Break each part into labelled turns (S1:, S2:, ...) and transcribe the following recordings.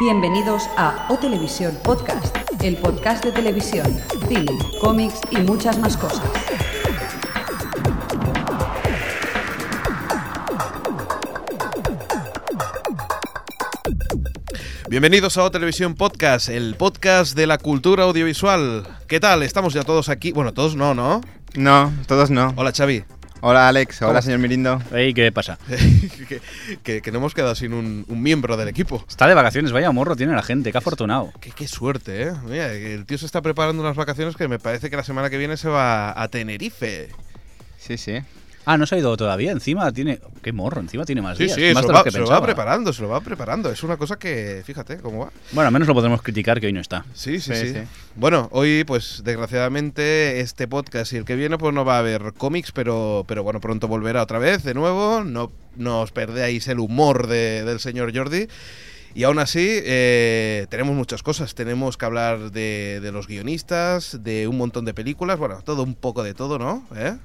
S1: Bienvenidos a O Televisión Podcast, el podcast de televisión, cine, cómics y muchas más cosas.
S2: Bienvenidos a O Televisión Podcast, el podcast de la cultura audiovisual. ¿Qué tal? Estamos ya todos aquí. Bueno, todos no, ¿no?
S3: No, todos no.
S2: Hola, Xavi.
S3: Hola Alex, hola señor Mirindo.
S4: Ey, ¿qué pasa?
S2: que, que- que no hemos quedado sin un, un miembro del equipo.
S4: Está de vacaciones, vaya morro tiene la gente, qué afortunado.
S2: Qué, qué suerte, ¿eh? Mira, el tío se está preparando unas vacaciones que me parece que la semana que viene se va a Tenerife.
S3: Sí, sí.
S4: Ah, no se ha ido todavía, encima tiene... Qué morro, encima tiene más
S2: Sí,
S4: días.
S2: sí, se
S4: más
S2: lo,
S4: de los
S2: va,
S4: que
S2: se lo va
S4: pensaba.
S2: preparando, se lo va preparando. Es una cosa que, fíjate cómo va.
S4: Bueno, al menos lo podremos criticar que hoy no está.
S2: Sí, sí, sí,
S3: Sí, sí.
S2: Bueno, hoy, pues desgraciadamente, este podcast y el que viene, pues no va a haber cómics, pero, pero bueno, pronto volverá otra vez, de nuevo. No, no os perdáis el humor de- del señor Jordi. Y aún así, eh, tenemos muchas cosas. Tenemos que hablar de, de los guionistas, de un montón de películas, bueno, todo un poco de todo, ¿no? ¿Eh?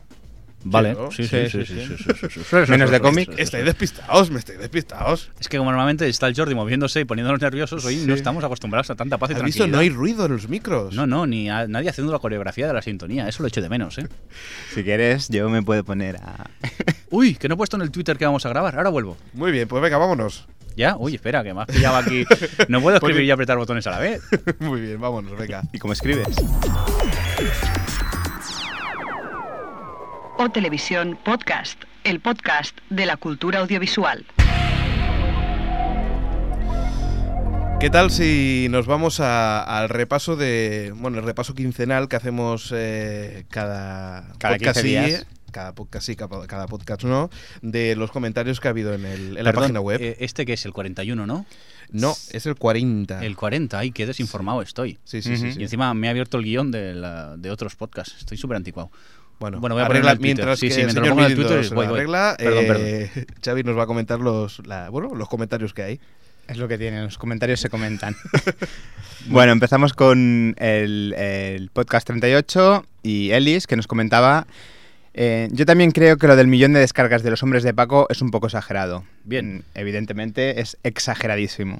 S4: Vale.
S2: ¿no?
S4: Sí, sí,
S3: Sí,
S4: sí,
S3: sí,
S4: sí,
S3: sí.
S4: sí, sí, sí, sí.
S3: Menos de cómic.
S2: Estáis despistados, me estáis despistados.
S4: este. Es que como normalmente está el Jordi moviéndose y poniéndonos nerviosos, hoy no estamos acostumbrados a tanta paz y
S2: ¿Has visto?
S4: tranquilidad.
S2: No hay ruido en los micros.
S4: no, no, ni a nadie haciendo la coreografía de la sintonía, eso lo echo de menos, ¿eh?
S3: Si quieres, yo me puedo poner a...
S4: Uy, que no he puesto en el Twitter que vamos a grabar, ahora vuelvo.
S2: Muy bien, pues venga, vámonos.
S4: ¿Ya? Uy, espera, que me has pillado aquí. No puedo
S2: Pues
S4: escribir y apretar botones a la vez.
S2: Muy bien, vámonos, venga.
S3: ¿Y cómo escribes?
S1: O Televisión Podcast, el podcast de la cultura audiovisual.
S2: ¿Qué tal si nos vamos a- al repaso de. Bueno, el repaso quincenal que hacemos eh, cada,
S3: Cada 15
S2: sí,
S3: días.
S2: cada podcast sí, cada, cada podcast no, de los comentarios que ha habido en, el- en la
S4: Perdón,
S2: página web.
S4: eh, Este que es el 41, ¿no?
S2: no, es el 40.
S4: El 40, ay, qué desinformado estoy.
S2: Sí, sí, sí.
S3: Ujú.
S2: sí.
S4: Y encima me ha abierto el guión de, la- de otros podcasts. Estoy súper anticuado.
S2: Bueno,
S4: bueno, voy
S2: arregla-
S4: a ponerlo en Twitter.
S2: mientras
S4: Sí,
S2: que
S4: sí,
S2: el
S4: mientras lo
S2: señor
S4: pongo en el
S2: Mirindo
S4: Twitter,
S2: se lo
S4: voy, voy.
S2: arregla,
S4: Perdón,
S2: eh, Xavi nos va a comentar los, la- bueno, los comentarios que hay.
S3: Es lo que tienen, los comentarios se comentan. bueno, empezamos con el, el podcast 38 y Ellis, que nos comentaba... eh, yo también creo que lo del millón de descargas de los hombres de Paco es un poco exagerado.
S4: Bien.
S3: Mm, Evidentemente es exageradísimo.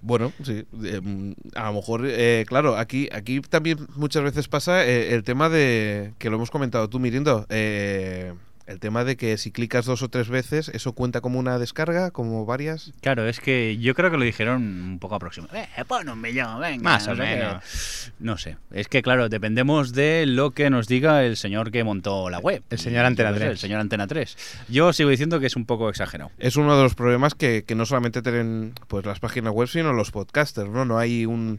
S2: Bueno, sí. eh, mm, a lo mejor, eh, claro, aquí, aquí también muchas veces pasa eh, el tema de. que lo hemos comentado tú, Mirindo. eh, el tema de que si clicas dos o tres veces, ¿eso cuenta como una descarga? ¿Como varias?
S4: Claro, es que yo creo que lo dijeron un poco aproximado. Eh, pon un millón, venga.
S3: Más
S4: no
S3: o
S4: sé qué.
S3: menos.
S4: No sé. Es que, claro, dependemos de lo que nos diga el señor que montó la web.
S3: El señor Antena
S4: Yo qué sé,
S3: 3.
S4: El señor Antena 3. Yo sigo diciendo que es un poco exagerado.
S2: Es uno de los problemas que, que no solamente tienen pues las páginas web, sino los podcasters, ¿no? No hay un,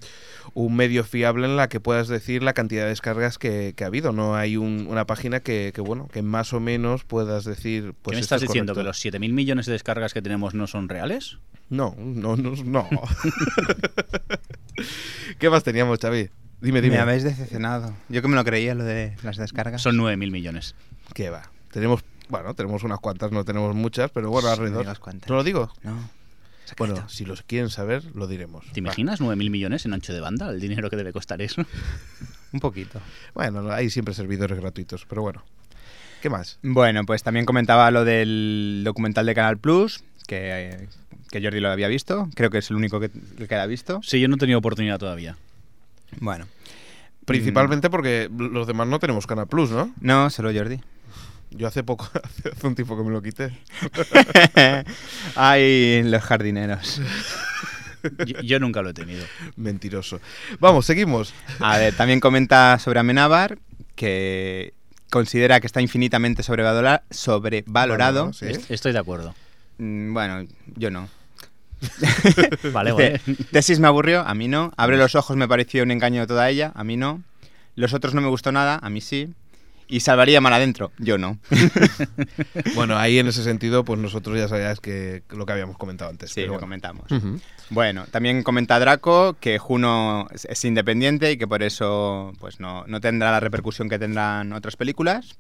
S2: un medio fiable en la que puedas decir la cantidad de descargas que, que ha habido. No hay un- una página que, que, bueno, que más o menos puedas decir. Pues,
S4: ¿Qué me
S2: esto
S4: estás
S2: es
S4: diciendo?
S2: correcto.
S4: ¿Que los 7.000 millones de descargas que tenemos no son reales?
S2: No, no, no. no. ¿Qué más teníamos, Xavi? Dime,
S3: Me
S2: dime.
S3: habéis decepcionado. Yo que me lo creía lo de las descargas.
S4: Son 9.000 millones.
S2: ¿Qué va? Tenemos, bueno, tenemos unas cuantas, no tenemos muchas, pero bueno,
S3: Sí,
S2: alrededor.
S3: me digas cuántas.
S2: ¿No lo digo?
S3: No.
S2: Bueno, si los quieren saber, lo diremos.
S4: ¿Te imaginas 9.000 millones en ancho de banda? El dinero que debe costar eso.
S3: Un poquito.
S2: Va. Bueno, hay siempre servidores gratuitos, pero bueno. ¿Qué más?
S3: Bueno, pues también comentaba lo del documental de Canal Plus, que, eh, que Jordi lo había visto. Creo que es el único que, el que la ha visto.
S4: Sí, yo no he tenido oportunidad todavía.
S3: Bueno. Mm.
S2: Principalmente porque los demás no tenemos Canal Plus, ¿no?
S3: No, solo Jordi.
S2: Yo hace poco, hace un tiempo que me lo quité.
S3: Ay, los jardineros.
S4: Yo, yo nunca lo he tenido.
S2: ¿Eh? Mentiroso. Vamos, seguimos.
S3: A ver, también comenta sobre Amenábar, que considera que está infinitamente sobrevalora- sobrevalorado.
S2: Valorado, sí.
S4: Est- Estoy de acuerdo.
S3: Mm, Bueno, yo no.
S4: Vale, vale.
S3: Dice, Tesis me aburrió, a mí no. Abre los ojos me pareció un engaño de toda ella, a mí no. Los otros no me gustó nada, a mí sí. Y salvaría mal adentro, yo no.
S2: Bueno, ahí en ese sentido, pues nosotros ya sabías que lo que habíamos comentado antes.
S3: Sí,
S2: pero
S3: lo
S2: bueno. Mm.
S3: comentamos.
S2: Ujú.
S3: Bueno, también comenta Draco que Juno es- es independiente y que por eso pues no, no tendrá la repercusión que tendrán otras películas.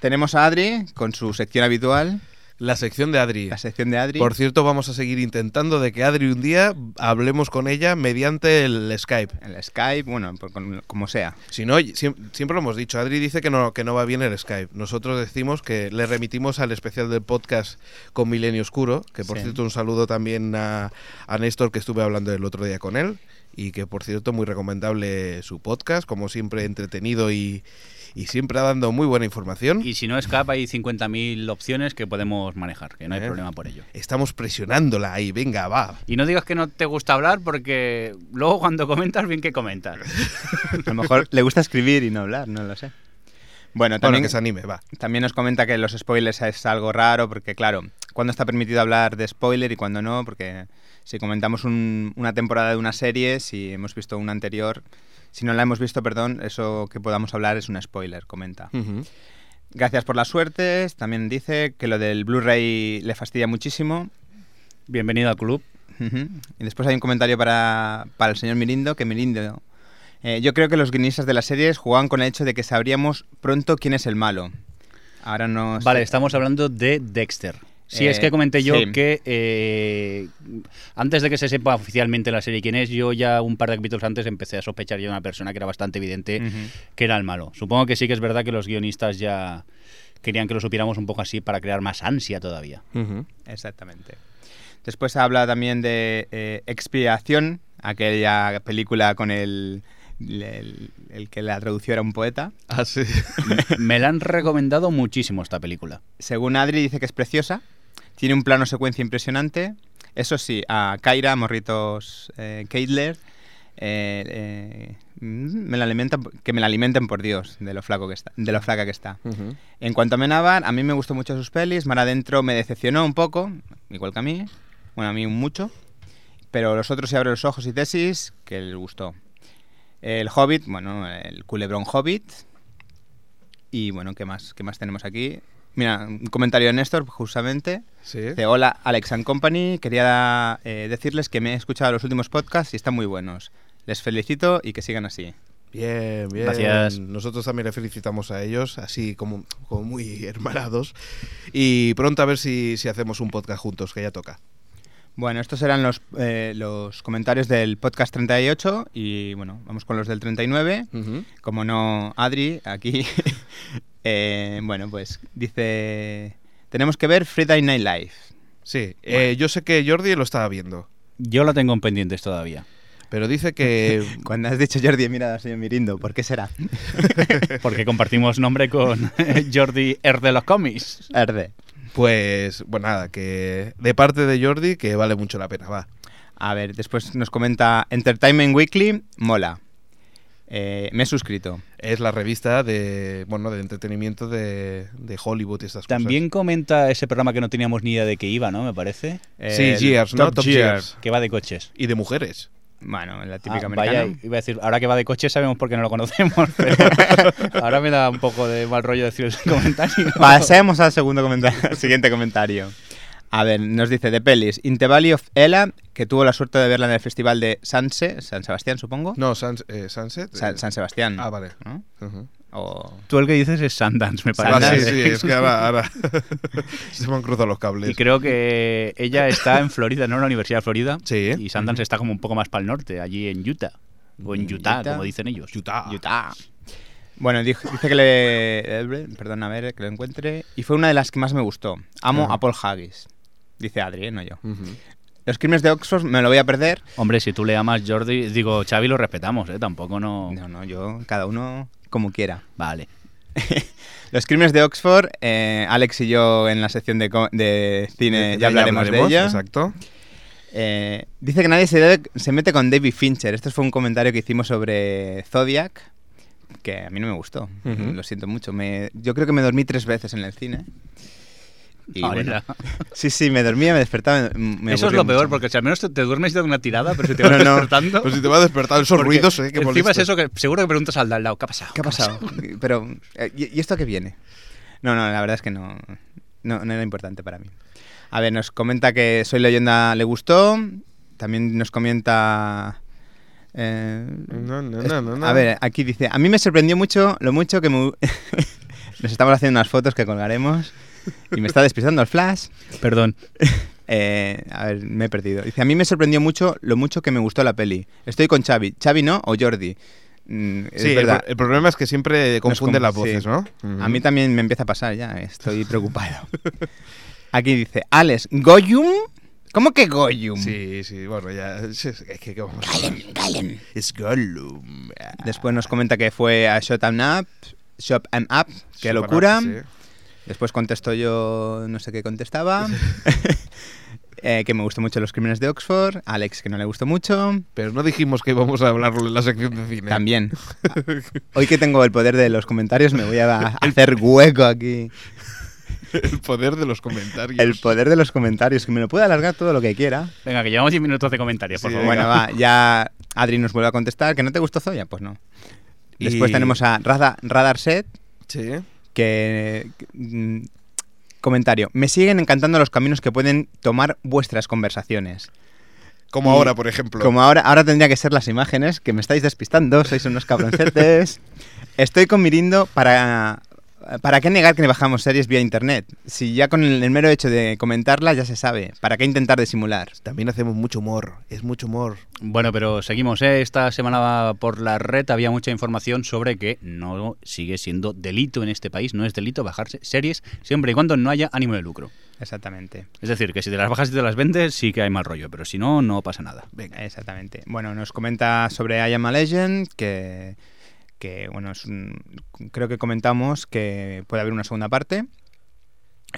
S3: Tenemos a Adri con su sección habitual.
S2: la sección de Adri.
S3: La sección de Adri.
S2: Por cierto, vamos a seguir intentando de que Adri un día hablemos con ella mediante el Skype.
S3: el Skype, bueno, por- con- como sea.
S2: Si no, siem- siempre lo hemos dicho, Adri dice que no, que no va bien el Skype. Nosotros decimos que le remitimos al especial del podcast con Milenio Oscuro, que por
S3: Sí.
S2: cierto un saludo también a, a Néstor que estuve hablando el otro día con él y que por cierto muy recomendable su podcast, como siempre entretenido y, y siempre dando muy buena información.
S4: Y si no escapa, hay 50.000 opciones que podemos manejar, que no hay
S2: Eh.
S4: problema por ello.
S2: Estamos presionándola ahí, venga, va.
S4: Y no digas que no te gusta hablar porque luego cuando comentas, bien que comentas.
S3: A lo mejor le gusta escribir y no hablar, no lo sé. Bueno,
S2: Bueno,
S3: también,
S2: que se anime, va.
S3: también nos comenta que los spoilers es algo raro, porque claro, cuándo está permitido hablar de spoiler y cuándo no, porque si comentamos un- una temporada de una serie, si hemos visto una anterior, si no la hemos visto, perdón, eso que podamos hablar es un spoiler, comenta.
S4: Mm.
S2: Ujú.
S3: Gracias por las suertes, también dice que lo del Blu-ray le fastidia muchísimo.
S4: Bienvenido al club.
S3: Ujú. Y después hay un comentario para, para el señor Mirindo, que Mirindo... eh, yo creo que los guionistas de las series jugaban con el hecho de que sabríamos pronto quién es el malo. Ahora no...
S4: Vale,
S3: sé-
S4: estamos hablando de Dexter. Sí,
S3: Ah, Eh,
S4: es que comenté yo
S3: sí.
S4: que eh, antes de que se sepa oficialmente la serie quién es, yo ya un par de capítulos antes empecé a sospechar ya de una persona que era bastante evidente
S3: Ujú.
S4: que era el malo. Supongo que sí que es verdad que los guionistas ya querían que lo supiéramos un poco así para crear más ansia todavía.
S3: Mm.
S2: Ujú.
S3: Exactamente. Después habla también de eh, Expiación, aquella película con el, el- el que la tradució era un poeta.
S2: Ah, sí.
S4: Me la han recomendado muchísimo esta película.
S3: Según Adri dice que es preciosa, tiene un plano secuencia impresionante. Eso sí, a Kaira, Morritos eh, Keitler, eh, eh, mm, me la alimentan, que me la alimenten por Dios, de lo, flaco que está, de lo flaca que está.
S2: Ujú.
S3: En cuanto a Menabar, a mí me gustó mucho sus pelis. Mar Adentro me decepcionó un poco, igual que a mí. Bueno, a mí mucho. Pero los otros se abren los ojos y tesis, que les gustó. El Hobbit, bueno, el culebrón Hobbit. Y bueno, ¿qué más? ¿Qué más tenemos aquí? Mira, un comentario de Néstor, justamente.
S2: Sí.
S3: Dice, hola, Alex and Company. Quería eh, decirles que me he escuchado los últimos podcasts y están muy buenos. Les felicito y que sigan así.
S2: Bien, bien.
S4: Gracias.
S2: Nosotros también le felicitamos a ellos, así como, como muy hermanados. Y pronto a ver si, si hacemos un podcast juntos, que ya toca.
S3: Bueno, estos eran los, eh, los comentarios del podcast 38 y bueno, vamos con los del 39. Como no Adri, aquí. eh, bueno, pues dice, tenemos que ver Friday Night Live.
S2: Sí, eh, yo sé que Jordi lo estaba viendo,
S4: Yo la tengo en pendientes todavía.
S2: pero dice que...
S3: Cuando has dicho Jordi, mira al señor Mirindo, ¿por qué será?
S4: Porque compartimos nombre con Jordi Er de los cómics.
S3: Arde.
S2: Pues, bueno, nada, que de parte de Jordi que vale mucho la pena, va.
S3: A ver, después nos comenta Entertainment Weekly, mola. Eh, me he suscrito.
S2: Es la revista de, bueno, de entretenimiento de, de Hollywood y estas
S4: También comenta ese programa que no teníamos ni idea de que iba, ¿no? Me parece.
S2: cosas.
S3: El
S2: Eh, Sí, Gears, ¿no?
S3: Top Gear.
S4: Que va de coches.
S2: Y de mujeres.
S3: Bueno, la típica
S4: Ah,
S3: americana.
S4: vaya, iba a decir, ahora que va de coches sabemos por qué no lo conocemos, pero ahora me da un poco de mal rollo decir ese comentario.
S3: Pasemos al segundo comentario, al siguiente comentario. A ver, nos dice de pelis, In the Valley of Ella, que tuvo la suerte de verla en el festival de Sanse, San Sebastián, supongo.
S2: No, Sans- eh, Sunset. eh,
S3: San, San Sebastián.
S2: Ah, vale.
S3: ¿no?
S2: Ujú.
S3: O-
S4: Tú el que dices es Sundance, me
S2: Ah,
S3: Sundance.
S4: parece.
S2: sí, sí, es que ahora, ahora se me han cruzado los cables.
S4: Y creo que ella está en Florida, ¿no? En la Universidad de Florida.
S2: Sí.
S4: Y Sundance está como un poco más para el norte, allí en Utah. O en
S3: En
S4: Utah,
S3: Utah.
S4: como dicen ellos.
S2: Utah.
S3: Utah. Bueno, dij- dice que le... eh, Perdón, a ver, que lo encuentre. Y fue una de las que más me gustó. Amo
S2: Ajá.
S3: a Paul Haggis. Dice Adri, eh, no yo.
S2: Ujú.
S3: Los crímenes de Oxford me lo voy a perder.
S4: Hombre, si tú le amas Jordi, digo, Xavi lo respetamos, ¿eh? Tampoco no...
S3: No, no, yo, cada uno como quiera.
S4: Vale.
S3: Los crímenes de Oxford, eh, Alex y yo en la sección de, co- de cine
S2: Eh,
S3: ya, hablaremos de ella.
S2: Exacto.
S3: Eh, dice que nadie se, debe- se mete con David Fincher. Este fue un comentario que hicimos sobre Zodiac, que a mí no me gustó.
S2: Ujú.
S3: Lo siento mucho. Me- yo creo que me dormí tres veces en el cine. Y
S4: Ahora.
S3: bueno, sí, sí, me dormía, me despertaba. me- me
S4: Eso es
S3: aburrió
S4: lo peor,
S3: mucho.
S4: porque si al menos te, te duermes de una tirada, pero si te vas
S3: No, no.
S4: despertando...
S2: Pues si te va a despertar esos
S4: porque
S2: ruidos, eh, que
S4: encima
S2: molestos.
S4: es eso que seguro que preguntas al de al lado, ¿qué ha pasado?
S3: ¿Qué ha pasado? Pero, eh, ¿y y esto a qué viene? No, no, la verdad es que no, no, no era importante para mí. A ver, nos comenta que Soy Leyenda le gustó. También nos comenta... eh,
S2: No, no,
S3: es-
S2: no, no, no.
S3: A ver, aquí dice, a mí me sorprendió mucho lo mucho que me... hu- nos estamos haciendo unas fotos que colgaremos. Y me está despistando el flash.
S4: Perdón.
S3: Eh, a ver, me he perdido. Dice, a mí me sorprendió mucho lo mucho que me gustó la peli. Estoy con Xavi. ¿Xavi no o Jordi? Mm, es
S2: Sí, el,
S3: verdad.
S2: pro- el problema es que siempre confunden
S3: Nos
S2: las
S3: conf-
S2: voces,
S3: sí.
S2: ¿no?
S3: A mí también me empieza a pasar ya, eh, estoy preocupado. Aquí dice, Alex, ¿Goyum? ¿Cómo que Goyum?
S2: Sí, sí, bueno, ya. Es es que, ¿qué vamos a hacer? Es Gollum.
S3: Después nos comenta que fue a Shot and Up. Shop and Up, qué
S2: Superar,
S3: locura.
S2: sí.
S3: Después contesto yo, no sé qué contestaba. Eh, que me gustó mucho los crímenes de Oxford. Alex, que no le gustó mucho.
S2: Pero no dijimos que íbamos a hablarlo en la sección de cine.
S3: También. Hoy que tengo el poder de los comentarios, me voy a hacer hueco aquí.
S2: El poder de los comentarios.
S3: El poder de los comentarios, que me lo puede alargar todo lo que quiera.
S4: Venga, que llevamos 10 minutos de comentarios, por
S2: Sí,
S4: favor.
S2: venga.
S3: Bueno, va, ya Adri nos vuelve a contestar. ¿Que no te gustó Zoya? Pues no. Después
S2: Y-
S3: tenemos a Radar, Radar Set,
S2: Sí.
S3: que. que, mm, comentario. Me siguen encantando los caminos que pueden tomar vuestras conversaciones.
S2: Como
S3: Y-
S2: ahora, por ejemplo.
S3: Como ahora, ahora tendría que ser las imágenes, que me estáis despistando, sois unos cabroncetes. Estoy con Mirindo para. ¿Para qué negar que bajamos series vía internet? Si ya con el, el mero hecho de comentarla ya se sabe. ¿Para qué intentar disimular?
S2: También hacemos mucho humor. Es mucho humor.
S4: Bueno, pero seguimos. ¿eh? Esta semana por la red había mucha información sobre que no sigue siendo delito en este país, no es delito bajarse series siempre y cuando no haya ánimo de lucro.
S3: Exactamente.
S4: Es decir, que si te las bajas y te las vendes sí que hay mal rollo, pero si no, no pasa nada.
S2: Venga.
S3: Exactamente. Bueno, nos comenta sobre I Am a Legend, que, que, bueno, es un- creo que comentamos que puede haber una segunda parte.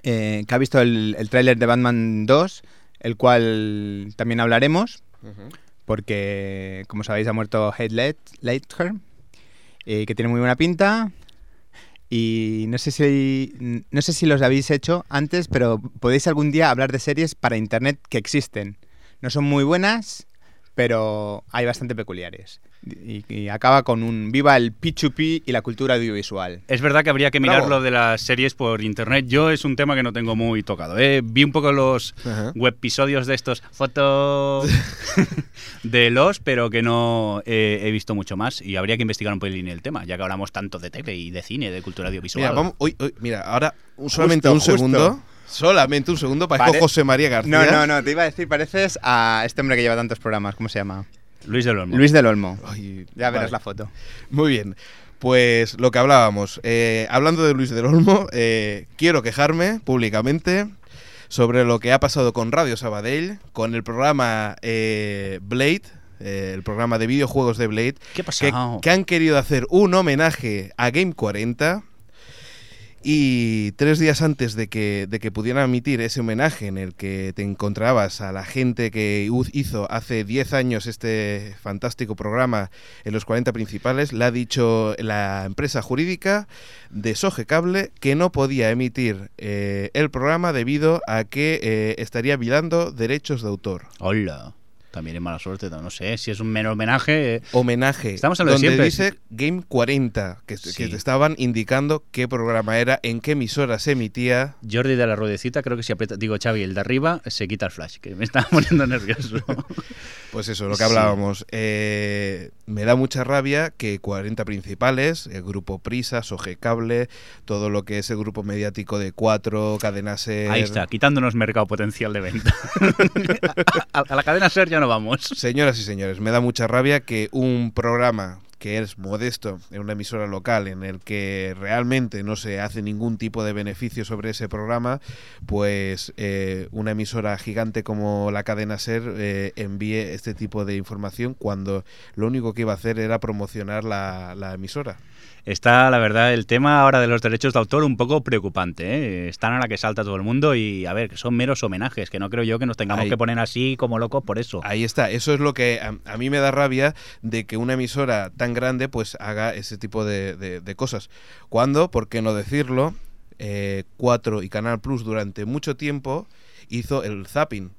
S3: Eh, que ha visto el, el tráiler de Batman 2, el cual también hablaremos,
S2: Ujú.
S3: porque, como sabéis, ha muerto Heath Led- Ledger, eh, que tiene muy buena pinta. Y no sé, si, no sé si los habéis hecho antes, pero podéis algún día hablar de series para internet que existen. No son muy buenas, pero hay bastante peculiares. Y, y acaba con un viva el P2P y la cultura audiovisual.
S4: Es verdad que habría que mirar
S2: Bravo.
S4: lo de las series por internet. Yo es un tema que no tengo muy tocado. ¿eh? Vi un poco los
S2: Ajá.
S4: webpisodios de estos fotos de los, pero que no eh, he visto mucho más y habría que investigar un pelín el tema, ya que hablamos tanto de tele y de cine, de cultura audiovisual.
S2: Mira, vamos, uy, uy, mira, ahora un- solamente un
S3: justo.
S2: segundo. Solamente un segundo para
S3: Pare-
S2: José María García.
S3: No, no, no, te iba a decir, pareces a este hombre que lleva tantos programas, ¿cómo se llama?
S4: Luis del Olmo.
S3: Luis del Olmo.
S2: Ay,
S3: Ya verás
S2: vale.
S3: la foto.
S2: Muy bien. Pues lo que hablábamos. eh, hablando de Luis del Olmo, eh, quiero quejarme públicamente sobre lo que ha pasado con Radio Sabadell, con el programa eh, Blade, eh, el programa de videojuegos de Blade,
S4: ¿Qué ha
S2: que,
S4: pasado?
S2: que han querido hacer un homenaje a Game 40. Y tres días antes de que, de que pudieran emitir ese homenaje en el que te encontrabas a la gente que hu- hizo hace 10 años este fantástico programa en los 40 principales, le ha dicho la empresa jurídica de Soge Cable que no podía emitir eh, el programa debido a que eh, estaría violando derechos de autor.
S4: Hola. También es mala suerte, no sé si es un menor homenaje. eh,
S2: homenaje
S4: Estamos hablando de
S2: donde
S4: siempre.
S2: dice Game 40, que,
S4: Sí.
S2: que te estaban indicando qué programa era, en qué emisora se emitía.
S4: Jordi de la ruedecita, creo que si aprieta, digo Xavi, el de arriba, se quita el flash, que me está poniendo nervioso.
S2: Pues eso, lo
S4: Sí.
S2: que hablábamos. Eh, me da mucha rabia que 40 principales, el grupo Prisa, Soge Cable, todo lo que es el grupo mediático de 4, Cadena Ser...
S4: Ahí está, quitándonos mercado potencial de venta. a, a- a la cadena SER ya no vamos.
S2: Señoras y señores, me da mucha rabia que un programa que es modesto en una emisora local en el que realmente no se hace ningún tipo de beneficio sobre ese programa, pues eh, una emisora gigante como la cadena SER eh, envíe este tipo de información cuando lo único que iba a hacer era promocionar la, la emisora.
S4: Está, la verdad, el tema ahora de los derechos de autor un poco preocupante. ¿eh? Están a la que salta todo el mundo y, a ver, que son meros homenajes, que no creo yo que nos tengamos
S2: Ahí.
S4: que poner así como locos por eso.
S2: Ahí está, eso es lo que a, a mí me da rabia de que una emisora tan grande pues haga ese tipo de, de- de cosas. Cuando, por qué no decirlo, eh, 4 y Canal Plus durante mucho tiempo hizo el zapping.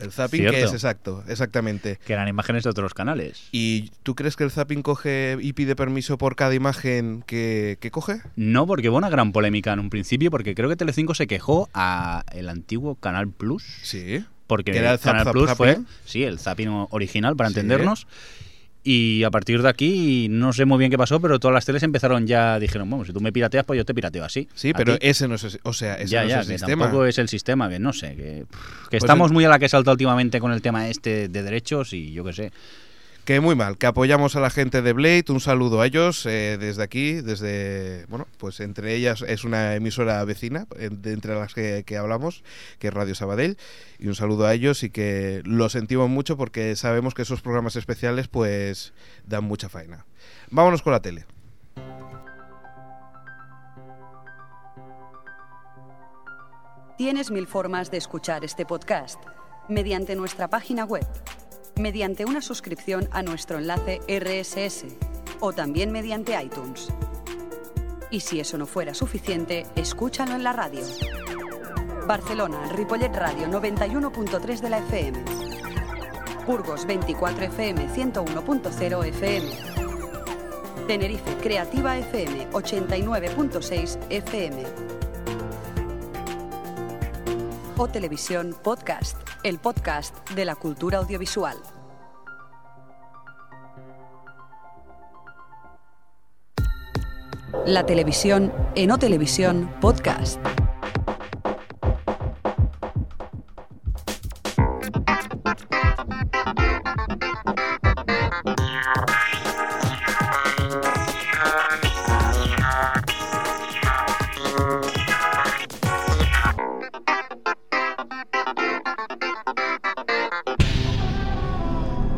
S2: El zapping que
S4: Cierto.
S2: es exacto, exactamente.
S4: Que eran imágenes de otros canales.
S2: ¿Y tú crees que el zapping coge y pide permiso por cada imagen que, que coge?
S4: No, porque hubo una gran polémica en un principio, porque creo que Telecinco se quejó a el antiguo Canal Plus.
S2: Sí.
S4: Porque
S2: Que era el zap,
S4: Canal
S2: zap,
S4: Plus fue
S2: zapping.
S4: sí, el zapping original, para
S2: Sí.
S4: entendernos. Y a partir de aquí, no sé muy bien qué pasó, pero todas las teles empezaron ya, dijeron, vamos, si tú me pirateas, pues yo te pirateo así.
S2: Sí,
S4: A
S2: pero
S4: ti.
S2: ese no es, o sea, ese
S4: ya,
S2: no
S4: ya,
S2: es
S4: que
S2: el sistema.
S4: tampoco es el sistema, que no sé, que, pff, que
S2: Pues
S4: estamos
S2: en-
S4: muy a la que salta últimamente con el tema este de derechos y yo qué sé.
S2: Que muy mal, que apoyamos a la gente de Blade, un saludo a ellos eh, desde aquí, desde, bueno, pues entre ellas es una emisora vecina, eh, de entre las que, que hablamos, que es Radio Sabadell, y un saludo a ellos y que lo sentimos mucho porque sabemos que esos programas especiales pues dan mucha faena. Vámonos con la tele.
S1: Tienes mil formas de escuchar este podcast. Mediante nuestra página web, mediante una suscripción a nuestro enlace RSS o también mediante iTunes. Y si eso no fuera suficiente, escúchalo en la radio. Barcelona, Ripollet Radio 91.3 de la FM. Burgos 24 FM 101.0 FM. Tenerife Creativa FM 89.6 FM. o Televisión Podcast, el podcast de la cultura audiovisual. La televisión en O Televisión Podcast.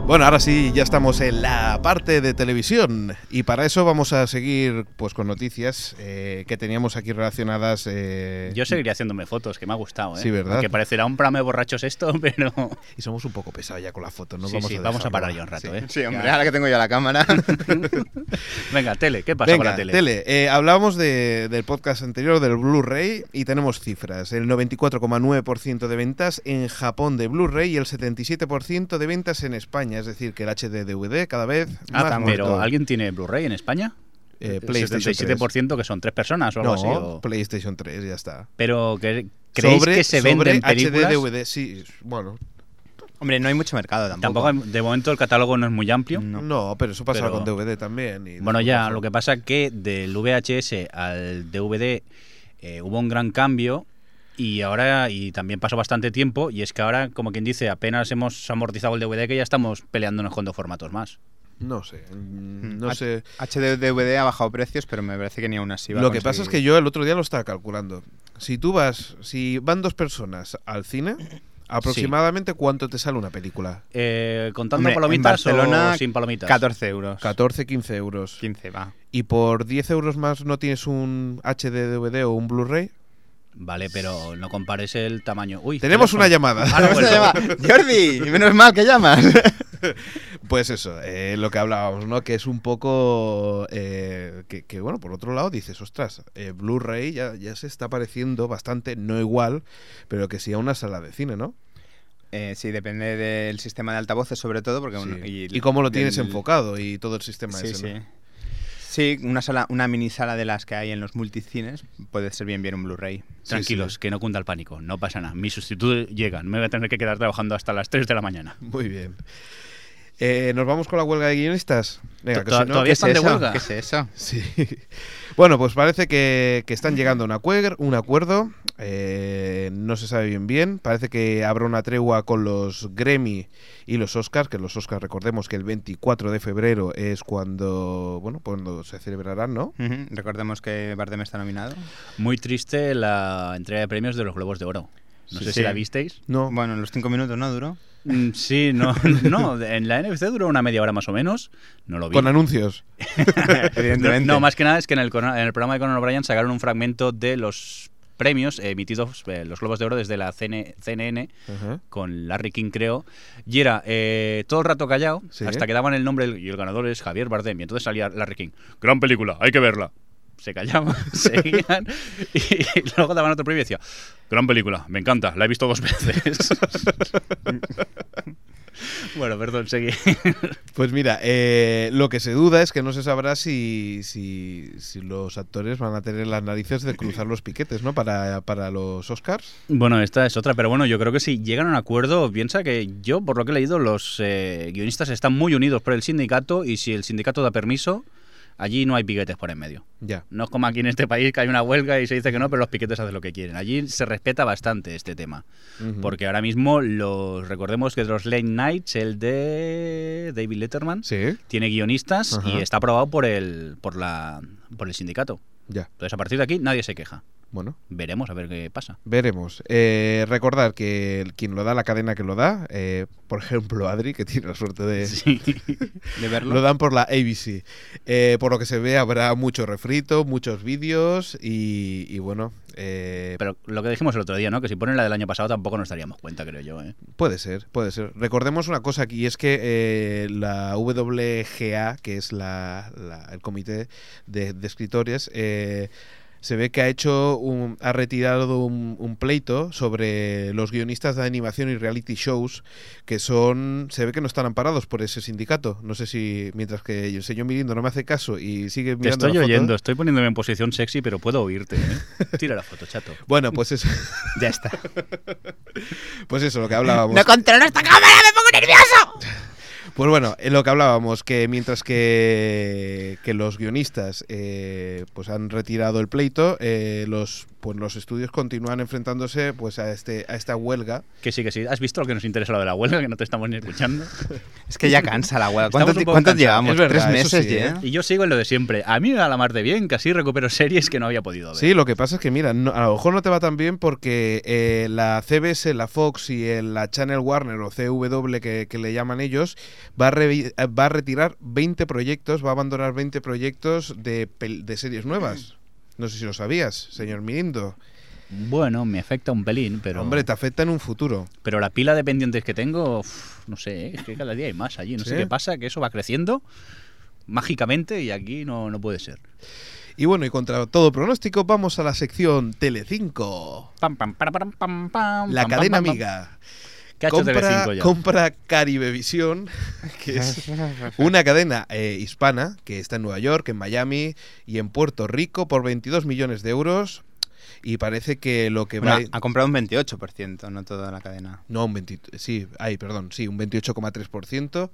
S2: Bueno, ahora sí, ya estamos en la parte de televisión y para eso vamos a seguir pues con noticias eh, que teníamos aquí relacionadas. eh,
S4: Yo seguiría haciéndome fotos, que me ha gustado, ¿eh?
S2: Sí, ¿verdad?
S4: Que parecerá un programa de borrachos esto, pero...
S2: Y somos un poco pesados ya con las fotos, ¿no?
S4: sí, sí, vamos
S2: dejarlo.
S4: a parar ya un rato,
S2: Sí.
S4: ¿eh?
S3: Sí, hombre, ahora que tengo ya la cámara.
S4: Venga, tele, ¿qué pasa
S2: Venga,
S4: con la tele?
S2: Eh, hablábamos de- del podcast anterior del Blu-ray y tenemos cifras. El 94,9% de ventas en Japón de Blu-ray y el 77% de ventas en España. Es decir, que el HD DVD cada vez
S4: Ah,
S2: más
S4: pero
S2: muerto.
S4: ¿alguien tiene Blu-ray en España?
S2: Eh,
S4: El
S2: PlayStation 3.
S4: 77% que son tres personas o algo
S2: No,
S4: así. o-
S2: PlayStation 3, ya está.
S4: Pero que creéis
S2: Sobre-
S4: que se
S2: sobre
S4: venden películas.
S2: HD DVD, sí, bueno.
S3: Hombre, no hay mucho mercado tampoco.
S4: Tampoco, hay- de momento el catálogo no es muy amplio.
S2: No,
S3: No.
S2: pero eso pasaba con
S4: Pero-
S2: DVD también. Mm, y
S4: Bueno,
S2: después
S4: ya
S2: pasó.
S4: lo que pasa que del VHS al DVD eh, hubo un gran cambio y ahora y también pasó bastante tiempo y es que ahora como quien dice apenas hemos amortizado el DVD que ya estamos peleándonos con dos formatos más.
S2: No sé, mm,
S4: Hmm.
S3: Mm,
S2: no
S3: H-
S2: sé.
S3: HD DVD ha bajado precios, pero me parece que ni aún así va a
S2: Lo que pasa es que
S3: conseguir.
S2: yo el otro día lo estaba calculando. Si tú vas, si van dos personas al cine, aproximadamente cuánto te sale una película?
S4: Eh, contando
S3: Hombre, en
S4: palomitas
S3: Barcelona,
S4: o sin palomitas.
S3: 14 euros.
S2: 14, 15 euros.
S3: 15, va.
S2: Y por 10 euros más no tienes un HD DVD o un Blu-ray.
S4: Vale, pero no compares el tamaño. Uy,
S2: Tenemos una
S4: teléfono.
S2: llamada.
S4: Ahora
S3: Vamos
S4: vuelvo.
S3: a llamar. Jordi, menos mal que llamas.
S2: Pues eso, eh, lo que hablábamos, ¿no? Que es un poco. eh, que, que, bueno, por otro lado dices, ostras, eh, Blu-ray ya, ya se está pareciendo bastante, no igual, pero que sí a una sala de cine, ¿no?
S3: Eh, sí, depende del sistema de altavoces sobre todo, porque uno-
S2: Sí. y, cómo lo tienes
S3: del-
S2: enfocado y todo el sistema
S3: Sí,
S2: ese, ¿no?
S3: sí. Sí, una sala, una mini sala de las que hay en los multicines puede ser bien bien un Blu-ray.
S4: Tranquilos, que no cunda el pánico, no pasa nada. Mis sustitutos llegan, me voy a tener que quedar trabajando hasta las 3 de la mañana.
S2: Muy bien. Eh, Nos vamos con la huelga de guionistas. Venga, que
S4: To-
S2: si no-
S4: todavía-
S3: ¿Qué
S4: están de
S3: es eso?
S4: huelga?
S3: ¿Qué es eso?
S2: Sí. Bueno, pues parece que, que están llegando a un acuer- un acuerdo. eh, no se sabe bien bien. Parece que habrá una tregua con los Grammy y los Oscars. Que los Oscars, recordemos que el 24 de febrero es cuando, bueno, cuando se celebrarán, ¿no?
S3: Ujú, Recordemos que Bardem está nominado.
S4: Muy triste la entrega de premios de los Globos de Oro. No
S3: Sí,
S4: sé
S3: sí.
S4: si la visteis.
S2: No.
S3: Bueno, en los cinco minutos no duró.
S4: Mm, Sí, no, no, en la NFC duró una media hora más o menos. No lo vi.
S2: Con anuncios.
S3: Evidentemente.
S4: No, más que nada es que en el, cona- en el programa de Conan O'Brien sacaron un fragmento de los premios emitidos, eh, los Globos de Oro, desde la CN CNN
S2: Ajá.
S4: con Larry King, creo. Y era eh, todo el rato callado,
S2: Sí.
S4: hasta que daban el nombre y el ganador es Javier Bardem. Y entonces salía Larry King. Gran película, hay que verla. Se callaban, seguían. Y luego daban otro premio y decía: Gran película, me encanta, la he visto dos veces. Bueno, perdón, seguí.
S2: Pues mira, eh, lo que se duda es que no se sabrá si, si, si los actores van a tener las narices de cruzar los piquetes, ¿no? Para, para los Oscars.
S4: Bueno, esta es otra, pero bueno, yo creo que si llegan a un acuerdo, piensa que yo, por lo que he leído, los eh, guionistas están muy unidos por el sindicato y si el sindicato da permiso, allí no hay piquetes por en medio.
S2: Ya.
S4: No es como aquí en este país que hay una huelga y se dice que no, pero los piquetes hacen lo que quieren. Allí se respeta bastante este tema.
S2: Ujú.
S4: Porque ahora mismo los recordemos que de los late nights, el de David Letterman,
S2: Sí,
S4: tiene guionistas
S2: Ajá.
S4: y está aprobado por el, por la, por el sindicato.
S2: ya.
S4: Entonces a partir de aquí nadie se queja.
S2: Bueno.
S4: Veremos a ver qué pasa.
S2: Veremos. Eh, recordar que el- quien lo da, la cadena que lo da, eh, por ejemplo, Adri, que tiene la suerte de...
S4: Sí.
S3: de
S2: Eh. Lo
S3: verlo.
S2: dan por la ABC. Eh, por lo que se ve, habrá mucho refrito, muchos vídeos y, y bueno, eh,
S4: Pero lo que dijimos el otro día, ¿no? Que si ponen la del año pasado tampoco nos daríamos cuenta, creo yo. ¿eh?
S2: Puede ser, puede ser. Recordemos una cosa aquí, es que eh, la WGA, que es la, la- el comité de, de escritores, eh, se ve que ha hecho un, ha retirado un, un pleito sobre los guionistas de animación y reality shows que son se ve que no están amparados por ese sindicato. No sé si mientras que el señor Mirindo no me hace caso y sigue mirando
S4: Te
S2: la
S4: estoy
S2: foto-
S4: oyendo, estoy poniéndome en posición sexy, pero puedo oírte. ¿eh? Tira la foto, chato.
S2: Bueno, pues eso,
S3: Ya está.
S2: pues eso lo que hablábamos.
S3: controlo esta cámara, me pongo nervioso.
S2: Pues bueno, en lo que hablábamos, que mientras que, que los guionistas eh, pues han retirado el pleito, eh, los, pues los estudios continúan enfrentándose pues a, este, a esta huelga.
S4: Que sí, que sí. ¿Has visto lo que nos interesa lo de la huelga? Que no te estamos ni escuchando.
S3: Es que ya cansa la hueá.
S4: Estamos
S3: ¿Cuánto,
S4: un poco
S3: cuánto
S4: cansados.
S3: llevamos?
S2: Es verdad,
S3: Tres
S2: eso
S3: meses
S2: sí,
S3: ya.
S4: Y yo sigo en lo de siempre. A mí me da la mar de bien, que así recupero series que no había podido ver.
S2: Sí, lo que pasa es que, mira, no- a lo mejor no te va tan bien porque eh, la CBS, la Fox y el- la Channel Warner o CW que, que le llaman ellos, va a, revi- eh, va a retirar 20 proyectos, va a abandonar 20 proyectos de, pel- de series nuevas. No sé si lo sabías, señor Mirindo.
S4: Bueno, me afecta un pelín, pero.
S2: Hombre, te afecta en un futuro.
S4: Pero la pila de pendientes que tengo, uf, no sé, ¿eh? es que cada día hay más allí. No
S2: Sí.
S4: sé qué pasa, que eso va creciendo mágicamente y aquí no, no puede ser.
S2: Y bueno, y contra todo pronóstico, vamos a la sección Telecinco.
S4: Pam, pam, para, pam, pam, pam,
S2: La
S4: pam,
S2: cadena
S4: pam, pam.
S2: amiga.
S4: ¿Qué ha hecho
S2: compra,
S4: Telecinco ya?
S2: compra Caribevisión, que es una cadena eh, hispana que está en Nueva York, en Miami y en Puerto Rico por 22 millones de euros. Y parece que lo que va...
S3: Bueno, ha comprado un 28%, no toda la cadena.
S2: No, un 20, sí, ay, perdón, sí, un 28,3%.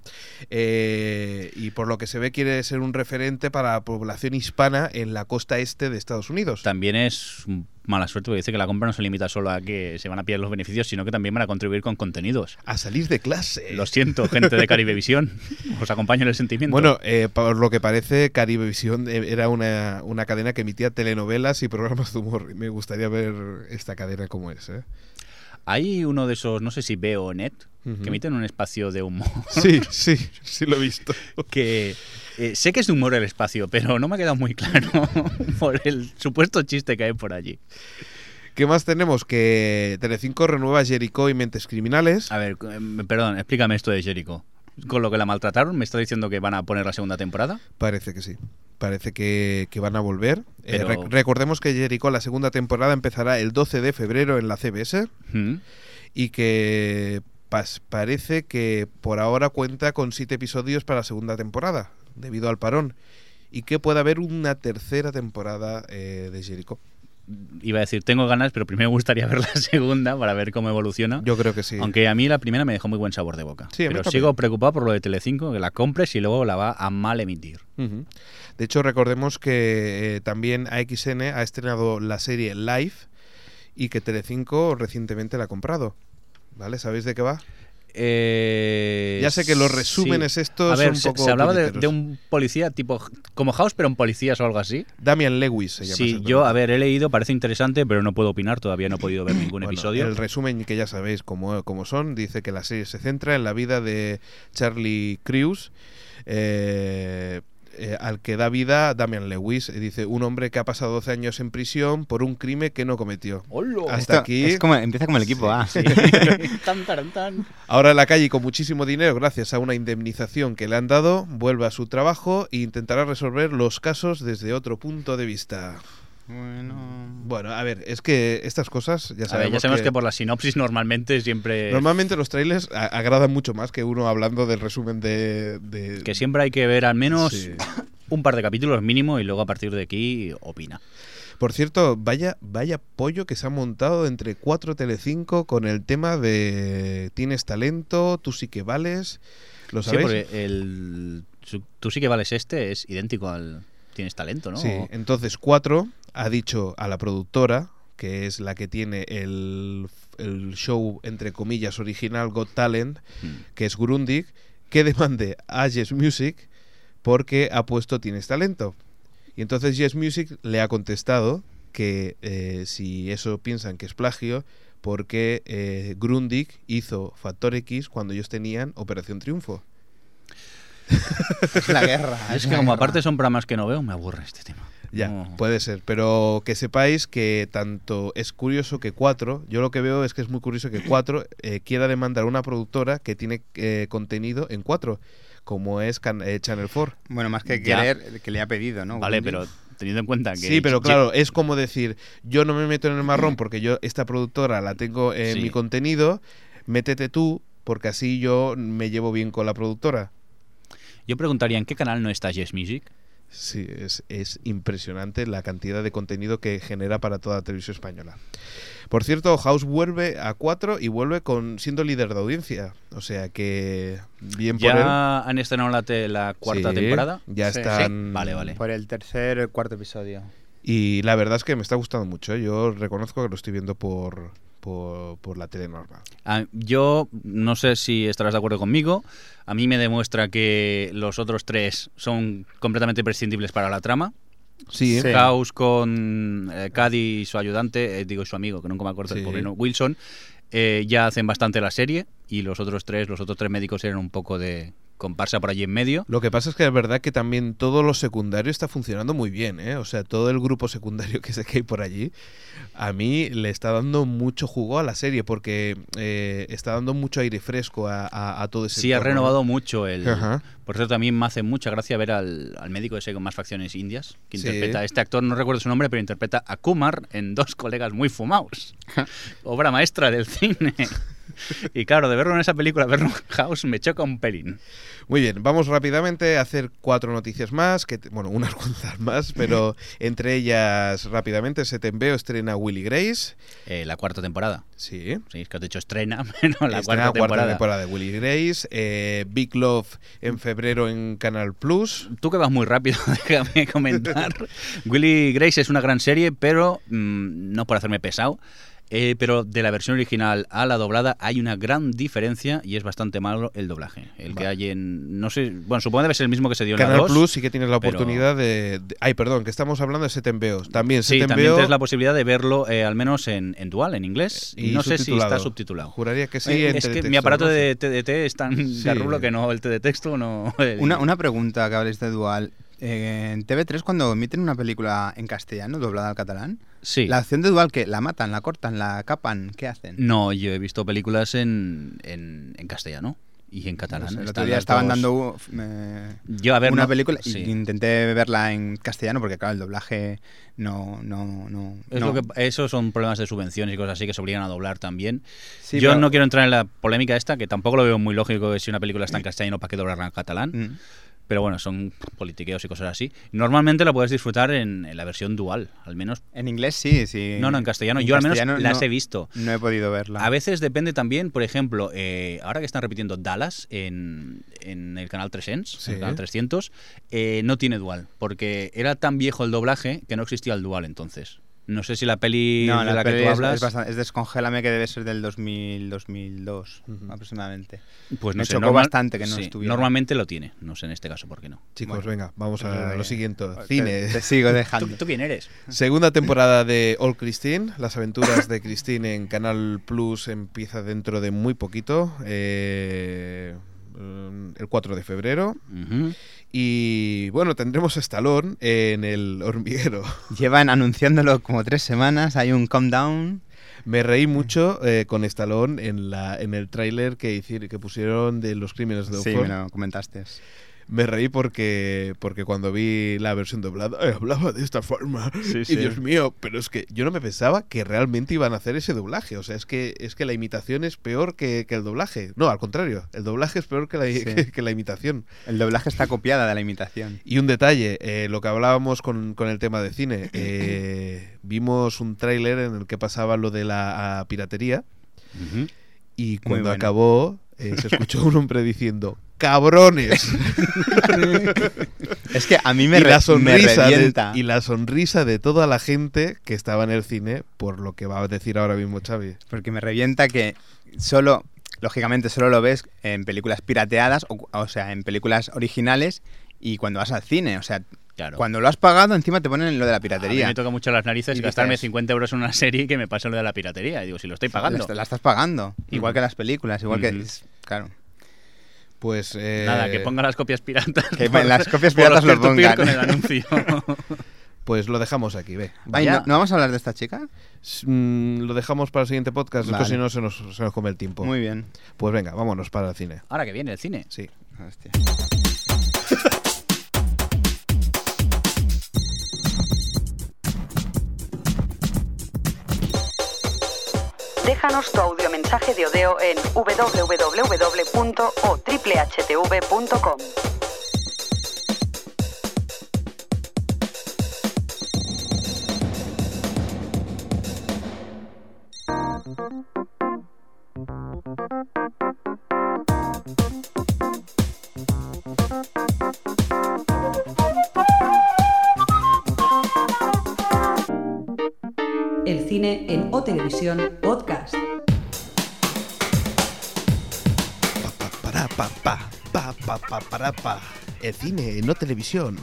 S2: eh, y por lo que se ve quiere ser un referente para la población hispana en la costa este de Estados Unidos.
S4: También es mala suerte porque dice que la compra no se limita solo a que se van a pillar los beneficios, sino que también van a contribuir con contenidos.
S2: A salir de clase.
S4: Lo siento, gente de Caribevisión. Os acompaño en el sentimiento.
S2: Bueno, eh, por lo que parece, Caribevisión eh, era una, una cadena que emitía telenovelas y programas de humor. Y Me gustaría ver esta cadena como es. ¿eh?
S4: Hay uno de esos, no sé si veo o net,
S2: Ujú.
S4: que emiten un espacio de humor.
S2: Sí, sí, sí lo he visto.
S4: Que eh, sé que es de humor el espacio, pero no me ha quedado muy claro por el supuesto chiste que hay por allí.
S2: ¿Qué más tenemos? Que Telecinco renueva Jericho y Mentes Criminales.
S4: A ver, eh, perdón, explícame esto de Jericho. Con lo que la maltrataron, ¿me está diciendo que van a poner la segunda temporada?
S2: Parece que sí. Parece que, que van a volver. Eh,
S4: Pero-
S2: rec- recordemos que Jericho, la segunda temporada, empezará el 12 de febrero en la CBS.
S4: ¿Mm?
S2: y que pas- parece que por ahora cuenta con siete episodios para la segunda temporada, debido al parón, y que pueda haber una tercera temporada eh, de Jericho.
S4: Iba a decir, tengo ganas, pero primero me gustaría ver la segunda para ver cómo evoluciona.
S2: Yo creo que sí.
S4: Aunque a mí la primera me dejó muy buen sabor de boca.
S2: Sí, a mí
S4: pero
S2: también.
S4: sigo preocupado por lo de Telecinco, que la compres y luego la va a mal emitir.
S2: Ujú. De hecho, recordemos que eh, también AXN ha estrenado la serie Life y que Telecinco recientemente la ha comprado. ¿Vale? ¿Sabéis de qué va?
S4: Eh,
S2: Ya sé que los resúmenes
S4: sí.
S2: estos
S4: A
S2: son
S4: ver,
S2: un
S4: se,
S2: poco
S4: se hablaba de,
S2: puñeteros.
S4: de un policía tipo como House, pero un policías o algo así.
S2: Damian Lewis se llama.
S4: Sí,
S2: ese
S4: yo,
S2: actor.
S4: a ver, he leído, parece interesante, pero no puedo opinar, todavía no he podido ver ningún
S2: Bueno,
S4: episodio.
S2: El resumen que ya sabéis como, como son, dice que la serie se centra en la vida de Charlie Crews, eh, eh, al que da vida Damian Lewis. Y Dice un hombre que ha pasado 12 años en prisión por un crimen que no cometió.
S4: ¡Holo!
S2: Hasta
S3: Esto
S2: aquí.
S3: es como- empieza como el equipo A.
S4: Tan, taran, tan.
S2: Ahora en la calle con muchísimo dinero gracias a una indemnización que le han dado, vuelve a su trabajo e intentará resolver los casos desde otro punto de vista.
S3: Bueno.
S2: Bueno, a ver, es que estas cosas ya
S4: A
S2: sabemos,
S4: ver, ya sabemos que... por la sinopsis normalmente siempre...
S2: Normalmente los trailers a- agradan mucho más que uno hablando del resumen de... de-
S4: Que siempre hay que ver al menos
S2: Sí.
S4: un par de capítulos mínimo y luego a partir de aquí opina.
S2: Por cierto, vaya, vaya pollo que se ha montado entre 4 Telecinco con el tema de tienes talento, tú sí que vales, ¿lo
S4: Sí,
S2: sabéis?
S4: porque el, su- tú sí que vales este, es idéntico al... Tienes talento, ¿no? Ah,
S2: Sí,
S4: O-
S2: entonces 4 ha dicho a la productora, que es la que tiene el, el show, entre comillas, original Got Talent,
S4: Mm.
S2: que es Grundig, que demande a Yes Music porque ha puesto Tienes Talento. Y entonces Yes Music le ha contestado que eh, si eso piensan que es plagio, porque eh, Grundig hizo Factor X cuando ellos tenían Operación Triunfo.
S3: La guerra.
S4: Es que como aparte son programas que no veo, me aburre este tema.
S2: Ah, Ya, pues,
S4: No.
S2: puede ser, pero que sepáis que tanto es curioso que 4, yo lo que veo es que es muy curioso que 4 quiera demandar a una productora que tiene eh, contenido en 4, como es Can- eh, Channel 4.
S3: Bueno, más que
S4: Ya.
S3: querer, que le ha pedido, ¿no?
S4: vale,
S3: Wendy?
S4: pero teniendo en cuenta que...
S2: pues, Sí, pero claro, es como decir, yo no me meto en el marrón porque yo esta productora la tengo en
S4: Sí.
S2: mi contenido, métete tú porque así yo me llevo bien con la productora.
S4: Yo preguntaría, ¿en qué canal no está Yes Music?
S2: Sí, es, es impresionante la cantidad de contenido que genera para toda la televisión española. Por cierto, House vuelve a 4 y vuelve con siendo líder de audiencia. O sea que bien por él.
S4: ¿Ya han estrenado la, te- la cuarta
S2: Sí,
S4: temporada?
S2: Ya
S3: Sí.
S2: están.
S4: Sí, vale, vale.
S3: Por el tercer o cuarto episodio.
S2: Y la verdad es que me está gustando mucho. ¿eh? Yo reconozco que lo estoy viendo por, por, por la tele normal.
S4: A- Ah, yo no sé si estarás de acuerdo conmigo. A mí me demuestra que los otros tres son completamente prescindibles para la trama.
S2: Sí, ¿eh?
S3: Sí.
S4: House con eh, Cady y su ayudante, eh, digo su amigo, que nunca me acuerdo
S2: Sí.
S4: el pobre, ¿no? Wilson, eh, ya hacen bastante la serie y los otros tres, los otros tres médicos eran un poco de comparsa por allí en medio.
S2: Lo que pasa es que es verdad que también todo lo secundario está funcionando muy bien, ¿eh? O sea, todo el grupo secundario que se que hay por allí, a mí le está dando mucho jugo a la serie porque eh, está dando mucho aire fresco a, a- a todo ese
S4: Sí, ha
S2: entorno, ¿no?
S4: renovado mucho el...
S2: Ajá.
S4: Por cierto, a mí me hace mucha gracia ver al, al médico ese con más facciones indias, que
S2: Sí.
S4: interpreta a este actor, no recuerdo su nombre, pero interpreta a Kumar en Dos colegas muy fumados. Obra maestra del cine. Y claro, de verlo en esa película, verlo en House, me choca un pelín.
S2: Muy bien, vamos rápidamente a hacer cuatro noticias más, que te- bueno, unas cuantas más, pero entre ellas rápidamente Setembeo estrena Willy Grace.
S4: Eh, la cuarta temporada.
S2: Sí.
S4: pues Sí, es que has dicho estrena, pero la
S2: Estrena
S4: cuarta temporada.
S2: de Willy Grace, eh, Big Love en febrero en Canal Plus.
S4: Tú que vas muy rápido, déjame comentar. Willy Grace es una gran serie, pero mm, no por hacerme pesado. eh, pero de la versión original a la doblada hay una gran diferencia y es bastante malo el doblaje. El que
S2: Vale.
S4: hay en. No sé. Bueno, supongo que debe ser el mismo que se dio en la
S2: Canal
S4: 2.
S2: Plus sí que tienes la
S4: pero-
S2: oportunidad de, de- Ay, perdón, que estamos hablando de Setembeos. También
S4: Sí, también
S2: Setembeo
S4: tienes la posibilidad de verlo eh, al menos en, en dual, en inglés.
S2: Eh, y
S4: no sé si está
S2: subtitulado.
S4: subtitulado.
S2: Juraría que sí.
S4: Eh,
S2: entre
S4: es que mi
S2: texto,
S4: aparato
S2: ¿no?
S4: de TDT es tan
S2: Sí.
S4: garrulo que no, el de texto no. el-
S3: Una, una pregunta que habléis de Dual. Eh, en TV3, cuando emiten una película en castellano, doblada al catalán,
S4: Sí.
S3: la opción de Dual, que ¿La matan, la cortan, la capan? ¿Qué hacen?
S4: No, yo he visto películas en, en, en castellano y en
S3: No
S4: catalán.
S3: sé, Pues el otro
S4: Están
S3: día
S4: las
S3: estaban
S4: dos.
S3: dando uh, eh,
S4: Yo, a ver,
S3: una
S4: no-
S3: película
S4: sí.
S3: y intenté verla en castellano porque, claro, el doblaje no. no, no,
S4: Es
S3: no.
S4: lo que- esos son problemas de subvenciones y cosas así que se obligan a doblar también.
S3: Sí,
S4: Yo
S3: pero-
S4: no quiero entrar en la polémica esta, que tampoco lo veo muy lógico que si una película está en castellano, ¿para qué doblarla en catalán?
S3: Mm.
S4: Pero bueno, son politiqueos y cosas así. Normalmente la puedes disfrutar en, en la versión dual, al menos.
S3: En inglés sí, sí.
S4: No, no, en castellano. Yo al menos
S3: Eh, castellano
S4: las
S3: no-
S4: he visto.
S3: No he podido verla.
S4: A veces depende también, por ejemplo, eh, ahora que están repitiendo Dallas en, en el canal 300,
S2: Sí.
S4: el canal 300 eh, no tiene dual, porque era tan viejo el doblaje que no existía el dual entonces. No sé si la peli
S3: No,
S4: de
S3: la,
S4: la, que
S3: peli
S4: tú
S3: es-
S4: hablas,
S3: Es, bastante- es Descongélame, que debe ser del 2000, 2002
S2: Ujú.
S3: aproximadamente.
S4: pues no
S3: me
S4: sé,
S3: chocó
S4: normal-
S3: bastante que no
S4: sí,
S3: estuviera.
S4: Normalmente lo tiene, no sé en este caso por qué no.
S2: Chicos,
S3: Bueno.
S2: pues venga, vamos a
S3: Eh,
S2: lo siguiente.
S3: te-
S2: Cine.
S3: Te, sigo
S4: ¿Tú,
S3: dejando.
S4: tú quién eres?
S2: Segunda temporada de All Christine. Las aventuras de Christine en Canal Plus empieza dentro de muy poquito. eh, mm, el 4 de febrero.
S4: Ujú.
S2: Y bueno, tendremos a Stallone en El Hormiguero.
S3: Llevan anunciándolo como tres semanas. Hay un countdown.
S2: Me reí mucho eh, con Stallone en, la, en el tráiler que, hici- que pusieron de Los Crímenes de
S3: Sí,
S2: Oxford.
S3: me lo comentaste.
S2: me reí porque, porque cuando vi la versión doblada eh, hablaba de esta forma.
S4: Sí,
S2: y
S4: sí.
S2: Dios mío, pero es que yo no me pensaba que realmente iban a hacer ese doblaje. O sea, es que, es que la imitación es peor que, que el doblaje. No, al contrario, el doblaje es peor que la,
S3: Sí.
S2: que- que la imitación.
S3: El doblaje está copiada de la imitación.
S2: Y un detalle, eh, lo que hablábamos con, con el tema de cine, eh, vimos un tráiler en el que pasaba lo de la ah, piratería
S4: Ujú.
S2: y cuando
S3: bueno.
S2: acabó eh, se escuchó un hombre diciendo ¡Cabrones!
S3: Es que a mí me,
S2: y,
S3: re-
S2: la
S3: me
S2: sonrisa de,
S3: revienta.
S2: y la sonrisa de toda la gente que estaba en el cine por lo que va a decir ahora mismo Xavi.
S3: Porque me revienta que solo, lógicamente, solo lo ves en películas pirateadas, o, o sea, en películas originales y cuando vas al cine. O sea,
S4: Claro.
S3: cuando lo has pagado, encima te ponen lo de la piratería.
S4: A mí me toca mucho las narices
S3: Y
S4: gastarme
S3: dices-
S4: 50 euros en una serie y que me pase lo de la piratería. Y digo, si lo estoy
S3: La,
S4: pagando. Mm.
S3: est- la estás pagando. Igual que las películas, igual
S4: Ujú.
S3: que. es- Claro.
S2: Pues eh,
S4: Nada, que pongan las copias piratas.
S3: Que en las copias
S4: por los
S3: piratas lo pongan.
S4: peer-to-peer con el anuncio.
S2: pues lo dejamos aquí, ve.
S3: Ay,
S4: Vaya.
S3: ¿no, no vamos a hablar de esta chica?
S2: S- mm, lo dejamos para el siguiente podcast, es que
S3: Vale.
S2: si no se nos, se nos come el tiempo.
S3: Muy bien.
S2: Pues venga, vámonos para el cine.
S4: Ahora que viene el cine.
S2: Sí.
S4: Ah,
S3: Hostia.
S1: Déjanos tu audiomensaje de Odeo en www.otriplehtv.com. El cine en O Televisión Podcast.
S2: Pa, pa, para, pa, pa, pa, pa, pa, para, pa. El cine, no televisión.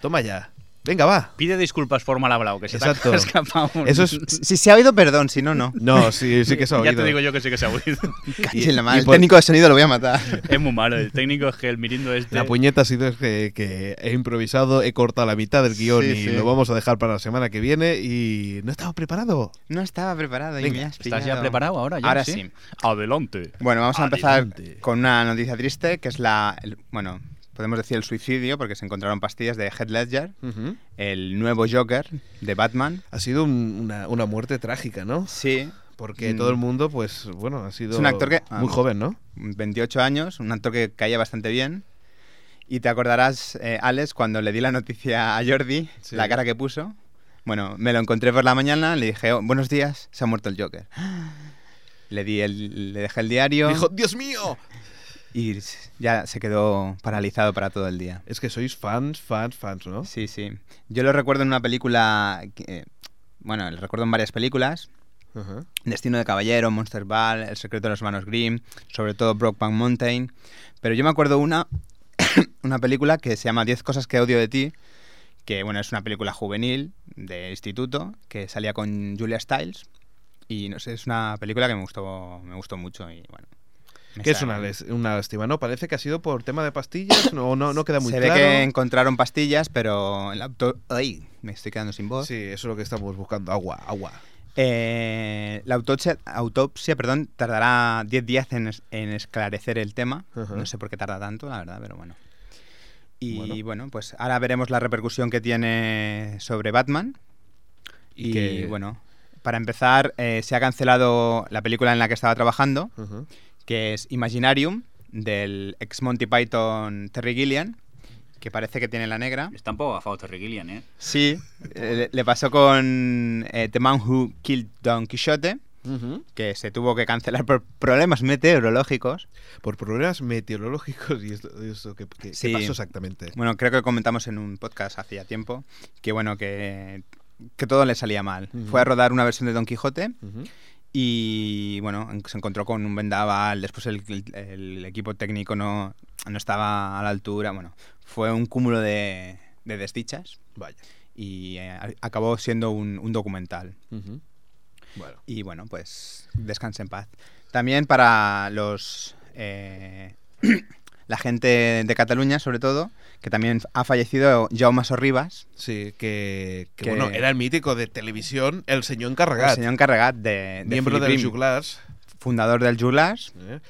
S2: Toma ya. Venga, va.
S4: Pide disculpas formal hablado, que se te ha
S2: Exacto.
S4: escapado un-
S2: Eso es.
S3: Si, si se ha oído, perdón, si no, no.
S2: No, sí, sí que se ha
S4: Ya
S2: oído.
S4: te digo yo que sí que se ha oído.
S3: Caché la
S2: y
S3: madre. El
S2: por-
S3: técnico de sonido lo voy a matar.
S4: es muy malo. El técnico es que el mirindo este.
S2: La puñeta ha sido que, que he improvisado, he cortado la mitad del guión
S3: Sí,
S2: y
S3: sí.
S2: lo vamos a dejar para la semana que viene y no estaba preparado.
S3: No estaba preparado y
S2: Venga,
S3: me has
S4: ¿Estás ya
S3: pillado.
S4: preparado ahora? ya?
S3: Ahora sí.
S4: Adelante.
S3: Bueno, vamos a empezar
S2: Adelante.
S3: con una noticia triste, que es la, el- bueno, podemos decir el suicidio, porque se encontraron pastillas de Heath Ledger, el nuevo Joker de Batman.
S2: Ha sido un- una, una muerte trágica, ¿no?
S3: Sí.
S2: Porque
S3: Mm.
S2: todo el mundo, pues bueno, ha sido
S3: Es un actor que-
S2: muy
S3: ah.
S2: joven, ¿no?
S3: 28 años, un actor que caía bastante bien. Y te acordarás, eh, Alex, cuando le di la noticia a Jordi,
S2: Sí.
S3: la cara que puso. Bueno, me lo encontré por la mañana, le dije, "Oh, buenos días, se ha muerto el Joker. Le, di el- le dejé el diario
S2: Dijo, Dios mío.
S3: y ya se quedó paralizado para todo el día.
S2: Es que sois fans, fans, fans, ¿no?
S3: Sí, sí. Yo lo recuerdo en una película. que- eh, bueno, lo recuerdo en varias películas.
S2: Ajá.
S3: Destino de Caballero, Monster Ball, El secreto de los hermanos Grimm, sobre todo Brokeback Mountain. Pero yo me acuerdo una, una película que se llama 10 cosas que odio de ti, que bueno, es una película juvenil de instituto que salía con Julia Stiles y no sé, es una película que me gustó me gustó mucho y bueno. me
S2: Que es
S3: está-
S2: una, les- una lástima, ¿no? Parece que ha sido por tema de pastillas, no, no, no queda muy
S3: se
S2: claro.
S3: ve que encontraron pastillas, pero el autor, ay, me estoy quedando sin voz.
S2: Sí, eso es lo que estamos buscando, agua, agua.
S3: Eh, la autopsia, autopsia, perdón, tardará 10 días en, es- en esclarecer el tema.
S2: Ajá.
S3: No sé por qué tarda tanto, la verdad, pero bueno. Y
S2: Bueno.
S3: bueno. pues ahora veremos la repercusión que tiene sobre Batman.
S2: Y
S3: Y,
S2: que-
S3: bueno, para empezar, eh, se ha cancelado la película en la que estaba trabajando,
S2: Ajá.
S3: que es Imaginarium, del ex Monty Python Terry Gillian, que parece que tiene la negra.
S4: Está un poco agafado Terry Gillian, ¿eh?
S3: Sí, eh, le, le pasó con eh, The Man Who Killed Don Quixote
S2: Ujú.
S3: que se tuvo que cancelar por problemas meteorológicos.
S2: Por problemas meteorológicos y esto, y esto ¿qué, qué- qué
S3: Sí.
S2: pasó exactamente?
S3: Bueno, creo que comentamos en un podcast hacía tiempo que bueno que, que todo le salía mal.
S2: Ujú.
S3: Fue a rodar una versión de Don Quijote
S2: Ujú.
S3: y bueno, en- se encontró con un vendaval, después el, el equipo técnico no, no estaba a la altura, bueno, fue un cúmulo de, de desdichas
S2: Vaya.
S3: y eh, a- acabó siendo un, un documental.
S2: Ujú. Bueno.
S3: Y bueno, pues descanse en paz. También para los. eh, la gente de Cataluña, sobre todo, que también ha fallecido Jaume Sorribas,
S2: Sí, que, que,
S3: Que-
S2: bueno, era el mítico de televisión, el señor Carragat,
S3: el señor Carregat, de, de
S2: miembro del
S3: Filiprim,
S2: Juglars.
S3: fundador del Juglars.
S2: ¿eh?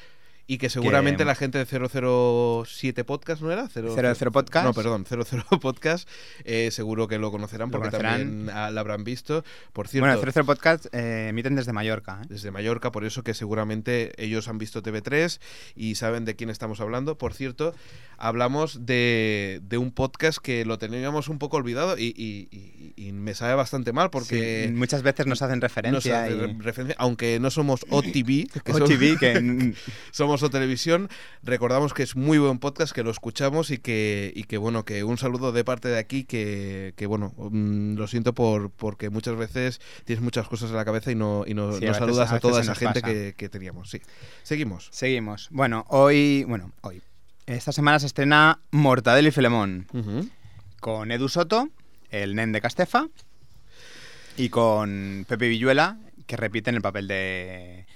S2: y que seguramente la gente de 007 Podcast, ¿no era?
S3: 00 Podcast.
S2: No, perdón, 00 Podcast, eh, seguro que lo conocerán
S3: Lo
S2: porque
S3: conocerán.
S2: también ah, la habrán visto. Por cierto,
S3: Bueno, 00 Podcast eh, emiten desde Mallorca. ¿eh?
S2: desde Mallorca, por eso que seguramente ellos han visto TV3 y saben de quién estamos hablando. Por cierto, hablamos de, de un podcast que lo teníamos un poco olvidado y, y- y- y me sabe bastante mal porque...
S3: Sí, muchas veces nos hacen
S2: nos
S3: referencia.
S2: hace
S3: y-
S2: re- referencia, aunque no somos OTV, que somos-
S3: OTV, que mm,
S2: somos O Televisión. Recordamos que es muy buen podcast, que lo escuchamos y que, y que bueno, que un saludo de parte de aquí, que, que, bueno, mm, lo siento por porque muchas veces tienes muchas cosas en la cabeza y no, y no,
S3: Sí,
S2: no
S3: a veces-
S2: saludas
S3: a
S2: a,
S3: veces
S2: toda
S3: se
S2: esa
S3: nos
S2: gente
S3: pasa.
S2: que, que teníamos. Sí. Seguimos.
S3: seguimos. Bueno, hoy. Bueno, hoy. Esta semana se estrena Mortadelo y Filemón.
S2: Ujú.
S3: Con Edu Soto, el nen de Castefa. Y con Pepe Villuela, que repiten el papel de.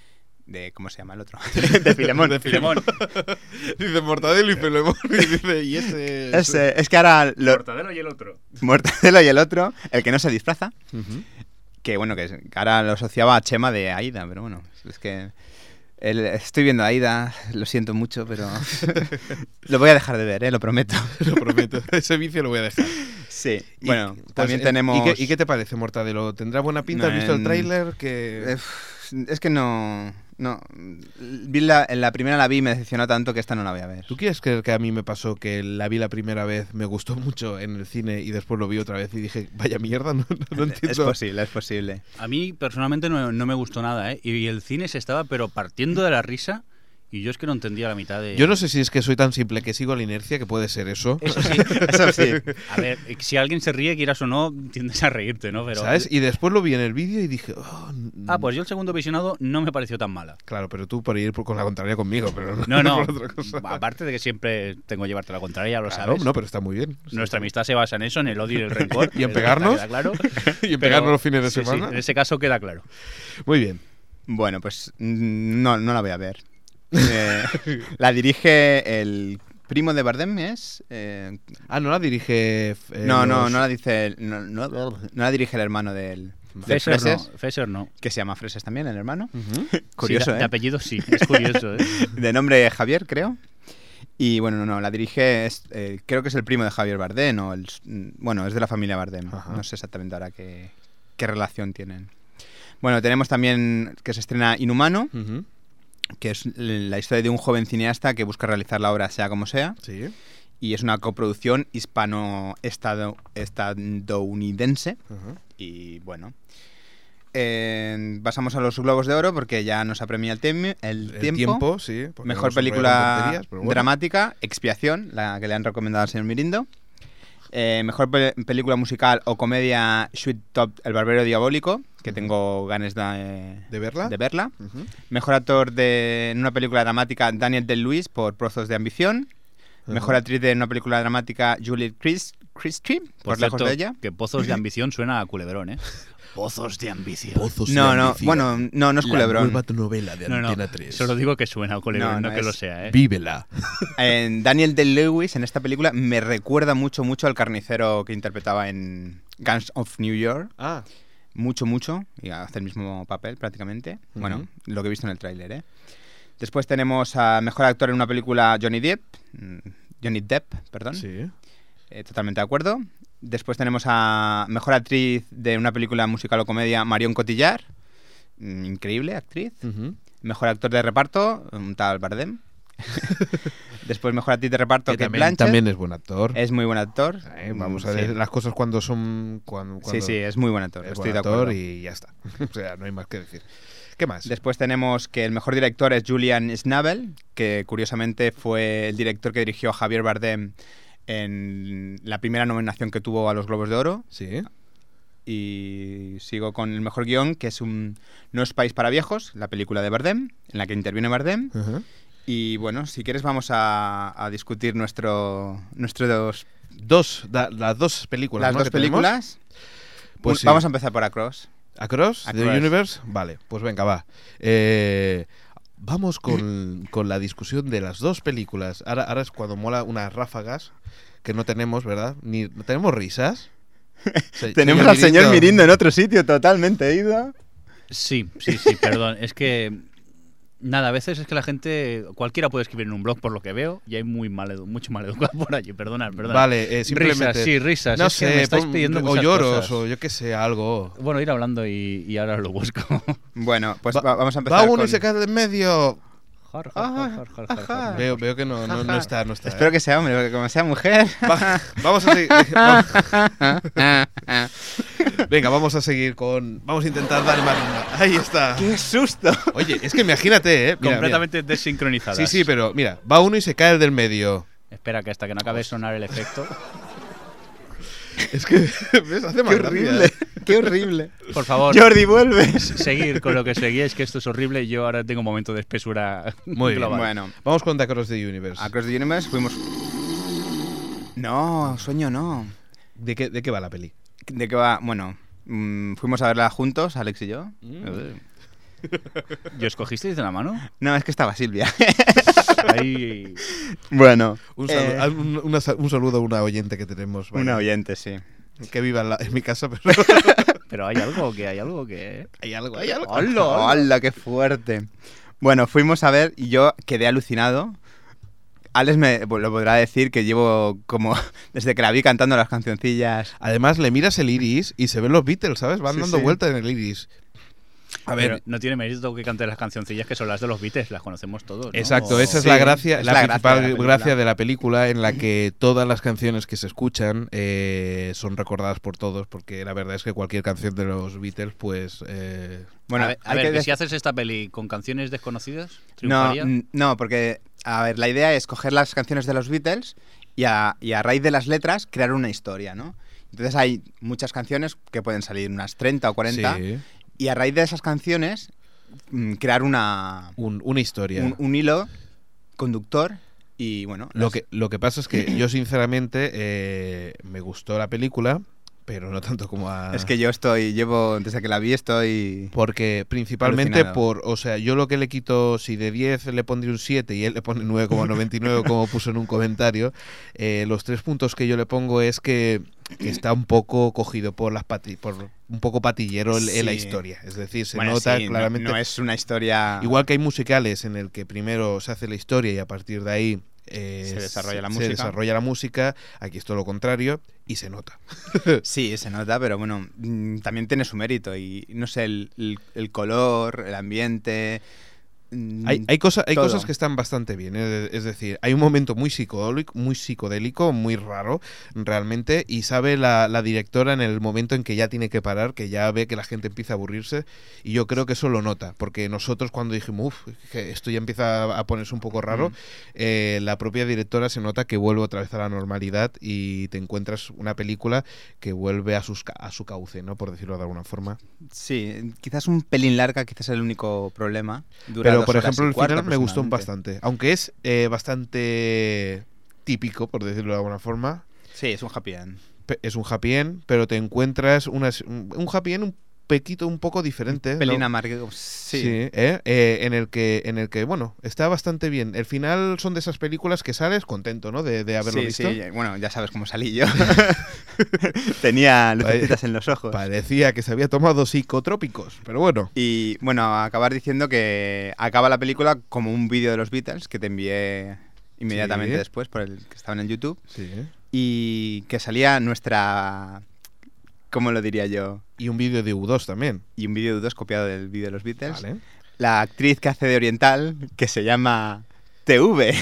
S3: de ¿Cómo se llama el otro? de Filemón.
S2: De Filemón.
S4: Filemón,
S2: Dice Mortadelo y Filemón. Y dice, y ese.
S3: Ese- es que ahora. lo-
S4: Mortadelo y el otro.
S3: Mortadelo y el otro, el que no se disfraza.
S2: Ujú.
S3: Que bueno, que es- que ahora lo asociaba a Chema de Aida, pero bueno, es que el- estoy viendo a Aida, lo siento mucho, pero lo voy a dejar de ver, ¿eh? lo prometo.
S2: Lo prometo. Ese vicio lo voy a dejar.
S3: Sí,
S2: Y-
S3: bueno,
S2: pues,
S3: también
S2: eh,
S3: tenemos...
S2: ¿y qué, y qué te parece, Mortadelo? ¿Tendrá buena pinta? ¿Has visto el
S3: Mm,
S2: tráiler? Que...
S3: Eh, Es que no... No, vi la, en la primera la vi y me decepcionó tanto que esta no la voy a ver.
S2: ¿Tú quieres creer que a mí me pasó que la vi la primera vez, me gustó mucho en el cine y después lo vi otra vez y dije, vaya mierda, no, no- no
S3: Es
S2: entiendo.
S3: posible, es posible.
S4: A mí personalmente no, no me gustó nada, ¿eh? Y, y el cine se estaba, pero partiendo de la risa, y yo es que no entendía la mitad de.
S2: Yo no sé si es que soy tan simple que sigo la inercia, que puede ser eso.
S4: Eso sí.
S3: Eso sí.
S4: A ver, si alguien se ríe, quieras o no, tiendes a reírte, ¿no? Pero,
S2: ¿Sabes? Y después lo vi en el vídeo y dije, "Oh, n-
S4: Ah, pues yo el segundo visionado no me pareció tan mala.
S2: Claro, pero tú por ir por- con la contraria conmigo, pero no,
S4: No, no.
S2: por otra cosa.
S4: Aparte de que siempre tengo que llevarte la contraria, lo
S2: Claro,
S4: sabes.
S2: no, pero está muy bien. Sí,
S4: Nuestra
S2: sí.
S4: amistad se basa en eso, en el odio y el rencor.
S2: Y en
S4: Eso
S2: pegarnos.
S4: queda Claro.
S2: Y en
S4: Pero-
S2: pegarnos los fines de
S4: sí, sí,
S2: semana.
S4: en ese caso queda claro.
S2: Muy bien.
S3: Bueno, pues mm, no, no la voy a ver. Eh, la dirige el primo de Bardem, ¿es? Eh,
S2: Ah, no la dirige. eh,
S3: No, no,
S2: los-
S3: no la dice el, no, no- no la dirige el hermano del, del
S4: Fesser
S3: Freses,
S4: no. Fesser no.
S3: que se llama Freses también, el hermano.
S2: Ujú.
S3: Curioso,
S4: Sí, de,
S3: ¿eh?
S4: de apellido sí, es curioso. ¿eh?
S3: De nombre Javier, creo. Y bueno, no, no, la dirige, es, eh, creo que es el primo de Javier Bardem, o el, s- mm, bueno, es de la familia Bardem.
S2: Ajá.
S3: No sé exactamente ahora qué, qué relación tienen. Bueno, tenemos también que se estrena Inhumano,
S2: Ujú.
S3: que es la historia de un joven cineasta que busca realizar la obra sea como sea.
S2: Sí.
S3: Y es una coproducción hispano-estadounidense.
S2: Ujú.
S3: Y bueno. Eh, pasamos a los Globos de Oro porque ya nos apremia el, temi- el
S2: El
S3: tiempo.
S2: tiempo, sí. porque nos enrollamos
S3: Mejor
S2: en
S3: película
S2: tonterías, pero bueno.
S3: dramática, Expiación, la que le han recomendado al señor Mirindo. Eh, mejor pe- película musical o comedia Sweet Top El Barbero Diabólico, que tengo ganas de,
S2: ¿De verla?
S3: de verla.
S2: Ujú.
S3: Mejor actor de, en una película dramática Daniel Del-Luis por Prozos de Ambición. Mejor
S2: Ajá.
S3: actriz de en una película dramática Juliet Chris, Christie por,
S4: Por
S3: Lejos
S4: cierto,
S3: de ella.
S4: que Pozos de Ambición suena a culebrón, ¿eh? Pozos de Ambición.
S3: No, no, bueno, no, no es culebrón.
S2: novela de
S4: no, no, solo digo que suena a culebrón,
S3: No,
S4: no,
S3: no,
S4: que
S3: es-
S4: lo sea, ¿eh?
S2: Vívela.
S3: En Daniel De Lewis en esta película me recuerda mucho, mucho al carnicero que interpretaba en Guns of New York.
S2: Ah,
S3: Mucho, mucho. Y hace el mismo papel prácticamente. Bueno,
S2: Ujú.
S3: lo que he visto en el tráiler, ¿eh? Después tenemos a mejor actor en una película Johnny Depp. mm, Johnny Depp, perdón.
S2: sí.
S3: Eh, totalmente de acuerdo. Después tenemos a mejor actriz de una película musical o comedia, Marion Cotillard. Mm, Increíble actriz.
S2: Ujú.
S3: Mejor actor de reparto, un tal Bardem. Después mejor actriz de reparto
S2: Que
S3: que
S2: también,
S3: Blanchett.
S2: también es buen actor.
S3: Es muy buen actor.
S2: Eh, vamos a
S3: Sí.
S2: ver las cosas cuando son. Cuando,
S3: Sí,
S2: cuando
S3: sí, es muy buen actor.
S2: es
S3: estoy
S2: buen
S3: de
S2: actor
S3: acuerdo.
S2: y ya está. o sea, no hay más que decir. ¿Qué más?
S3: Después tenemos que el mejor director es Julian Schnabel, que curiosamente fue el director que dirigió a Javier Bardem en la primera nominación que tuvo a los Globos de Oro.
S2: Sí.
S3: Y sigo con el mejor guión, que es un No es País para Viejos, la película de Bardem, en la que interviene Bardem.
S2: Ujú.
S3: Y bueno, si quieres vamos a, a discutir nuestro, nuestros,
S2: Dos, da- las dos películas.
S3: las
S2: ¿no?
S3: dos
S2: que tenemos.
S3: películas.
S2: Pues
S3: Un-
S2: sí.
S3: Vamos a empezar por Across.
S2: ¿Across? ¿The
S3: Across.
S2: Universe? Vale, pues venga, va. Eh, vamos con, con la discusión de las dos películas. Ahora, ahora es cuando mola unas ráfagas que no tenemos, ¿verdad? Ni ¿no ¿Tenemos risas? Se-
S3: Tenemos al señor
S2: Mirindo.
S3: Mirindo en otro sitio, totalmente ido.
S4: Sí, sí, sí, perdón. Es que Nada, a veces es que la gente, cualquiera puede escribir en un blog por lo que veo y hay muy mal edu- mucho mal educado por allí, perdonad, perdonad.
S2: Vale, eh, simplemente.
S4: Risas, sí, risas.
S2: No
S4: es que
S2: sé,
S4: me estáis
S2: pon-
S4: pidiendo
S2: o
S4: muchas
S2: lloros,
S4: cosas.
S2: o yo qué sé, algo.
S4: Bueno, ir hablando y, y ahora lo busco.
S3: Bueno, pues
S2: Va-
S3: va- vamos
S2: Va
S3: a empezar
S2: uno
S3: con...
S2: y se cae de en medio.
S4: Jar, jar, jar, jar, jar, jar, jar.
S2: Veo, veo que no, no, no está, no está. eh.
S3: Ah. Espero que sea hombre, porque como sea mujer...
S2: Va- vamos a seguir. Venga, vamos a seguir con. Vamos a intentar dar más ritmo. Ahí está.
S3: ¡Qué susto!
S2: Oye, es que imagínate, ¿eh? Mira,
S4: Completamente
S2: mira.
S4: desincronizadas.
S2: Sí, sí, pero mira, va uno y se cae el del medio.
S4: Espera, que hasta que no acabe de sonar el efecto.
S2: Es que, ¿ves? Hace más
S3: ¡Qué
S2: gracia,
S3: horrible!
S2: ¿eh?
S3: ¡Qué horrible!
S4: Por favor,
S3: Jordi, vuelves.
S4: seguir con lo que seguíais, que esto es horrible. Yo ahora tengo un momento de espesura
S2: Muy bien.
S4: global.
S3: Bueno,
S2: Vamos con The Cross the Universe.
S3: Across the Universe fuimos... No, sueño no.
S2: ¿De qué, de qué va la peli?
S3: ¿De qué va? Bueno, mm, fuimos a verla juntos, Alex y yo.
S2: Mm.
S4: ¿Y os cogisteis de la mano?
S3: No, es que estaba Silvia.
S4: Ahí...
S3: bueno.
S2: Un, salu-
S3: eh,
S2: ah, un- una sal- un saludo a una oyente que tenemos. vaya.
S3: una oyente, sí.
S2: Que viva en, la- en mi casa, pero
S4: Pero hay algo que hay algo que.
S2: hay algo, hay algo.
S4: ¡Hola!
S3: ¡Hala, qué fuerte! Bueno, fuimos a ver y yo quedé alucinado. Alex me pues, lo podrá decir que llevo como desde que la vi cantando las cancioncillas.
S2: Además, le miras el iris y se ven los Beatles, ¿sabes? Van
S3: Sí,
S2: dando
S3: sí.
S2: vueltas en el iris. A ver,
S4: Pero no tiene mérito que cante las cancioncillas que son las de los Beatles, las conocemos todos. ¿no?
S2: Exacto,
S4: O-
S2: esa es
S3: Sí,
S2: la gracia,
S3: es
S2: la,
S3: la gracia
S2: principal
S3: de la
S2: gracia,
S3: película.
S2: de la película en la que todas las canciones que se escuchan eh, son recordadas por todos, porque la verdad es que cualquier canción de los Beatles, pues eh,
S3: Bueno,
S4: a ver, a
S3: hay
S4: ver,
S3: que
S4: que
S3: dec-
S4: si haces esta peli con canciones desconocidas,
S3: no,
S4: triunfaría.
S3: mm, no, porque a ver, la idea es coger las canciones de los Beatles y a, y a raíz de las letras crear una historia, ¿no? Entonces hay muchas canciones que pueden salir unas 30 o 40
S2: sí,
S3: y a raíz de esas canciones mm, crear una
S2: un- una historia.
S3: un, un hilo conductor y bueno,
S2: Lo
S3: las-
S2: que, lo que pasa es que yo sinceramente eh, me gustó la película, pero no tanto como a...
S3: Es que Pues, yo estoy, llevo, desde que la vi estoy...
S2: Porque principalmente
S3: Alucinado.
S2: por, o sea, yo lo que le quito, si de 10 le pondría un 7 y él le pone 9,99 como puso en un comentario, eh, los tres puntos que yo le pongo es que, que está un poco cogido por las pati- por un poco patillero el- en la
S3: Sí.
S2: historia. Es decir, se
S3: Bueno,
S2: nota
S3: sí, no-
S2: claramente.
S3: No, es una historia...
S2: Igual que hay musicales en el que primero se hace la historia y a partir de ahí... eh,
S3: Se desarrolla la
S2: se
S3: música.
S2: desarrolla la música, aquí es todo lo contrario y se nota.
S3: Sí, se nota, pero bueno, mm, también tiene su mérito y no sé, el, el- el color, el ambiente... mm,
S2: Hay, hay, cosa- hay
S3: todo.
S2: cosas que están bastante bien. ¿eh? Es decir, hay un momento muy psicodélico, muy, psicodélico, muy raro, realmente, y sabe la, la directora en el momento en que ya tiene que parar, que ya ve que la gente empieza a aburrirse, y yo creo que eso lo nota, porque nosotros cuando dijimos, uff, esto ya empieza a ponerse un poco raro,
S3: Mm.
S2: eh, la propia directora se nota que vuelve otra vez a la normalidad y te encuentras una película que vuelve a, sus, ca- a su cauce, ¿no? Por decirlo de alguna forma.
S3: Sí, quizás un pelín larga, quizás es el único problema. Dura
S2: Pero
S3: dos
S2: por
S3: horas
S2: ejemplo
S3: y
S2: el
S3: cuarto
S2: final me gustó
S3: aproximadamente.
S2: bastante, aunque es eh, bastante típico, por decirlo de alguna forma.
S3: Sí, es un happy end.
S2: Pe- Es un happy end, pero te encuentras unas, un un happy end un pequito un poco diferente. ¿no?
S3: Pelín amargo, oh, sí.
S2: ¿eh? Eh, en el que en el que bueno está bastante bien. El final son de esas películas que sales contento, ¿no? De, de haberlo
S3: Sí,
S2: visto.
S3: sí, bueno, ya sabes cómo salí yo. Tenía lucecitas en los ojos.
S2: Parecía que se había tomado psicotrópicos, pero bueno.
S3: Y bueno, acabar diciendo que acaba la película como un vídeo de los Beatles que te envié inmediatamente
S2: Sí.
S3: después por el que estaba en el YouTube
S2: Sí.
S3: y que salía nuestra ¿cómo lo diría yo?
S2: Y un vídeo de U2 también.
S3: Y un vídeo de dos copiado del vídeo de los Beatles.
S2: Vale.
S3: La actriz que hace de oriental que se llama TV.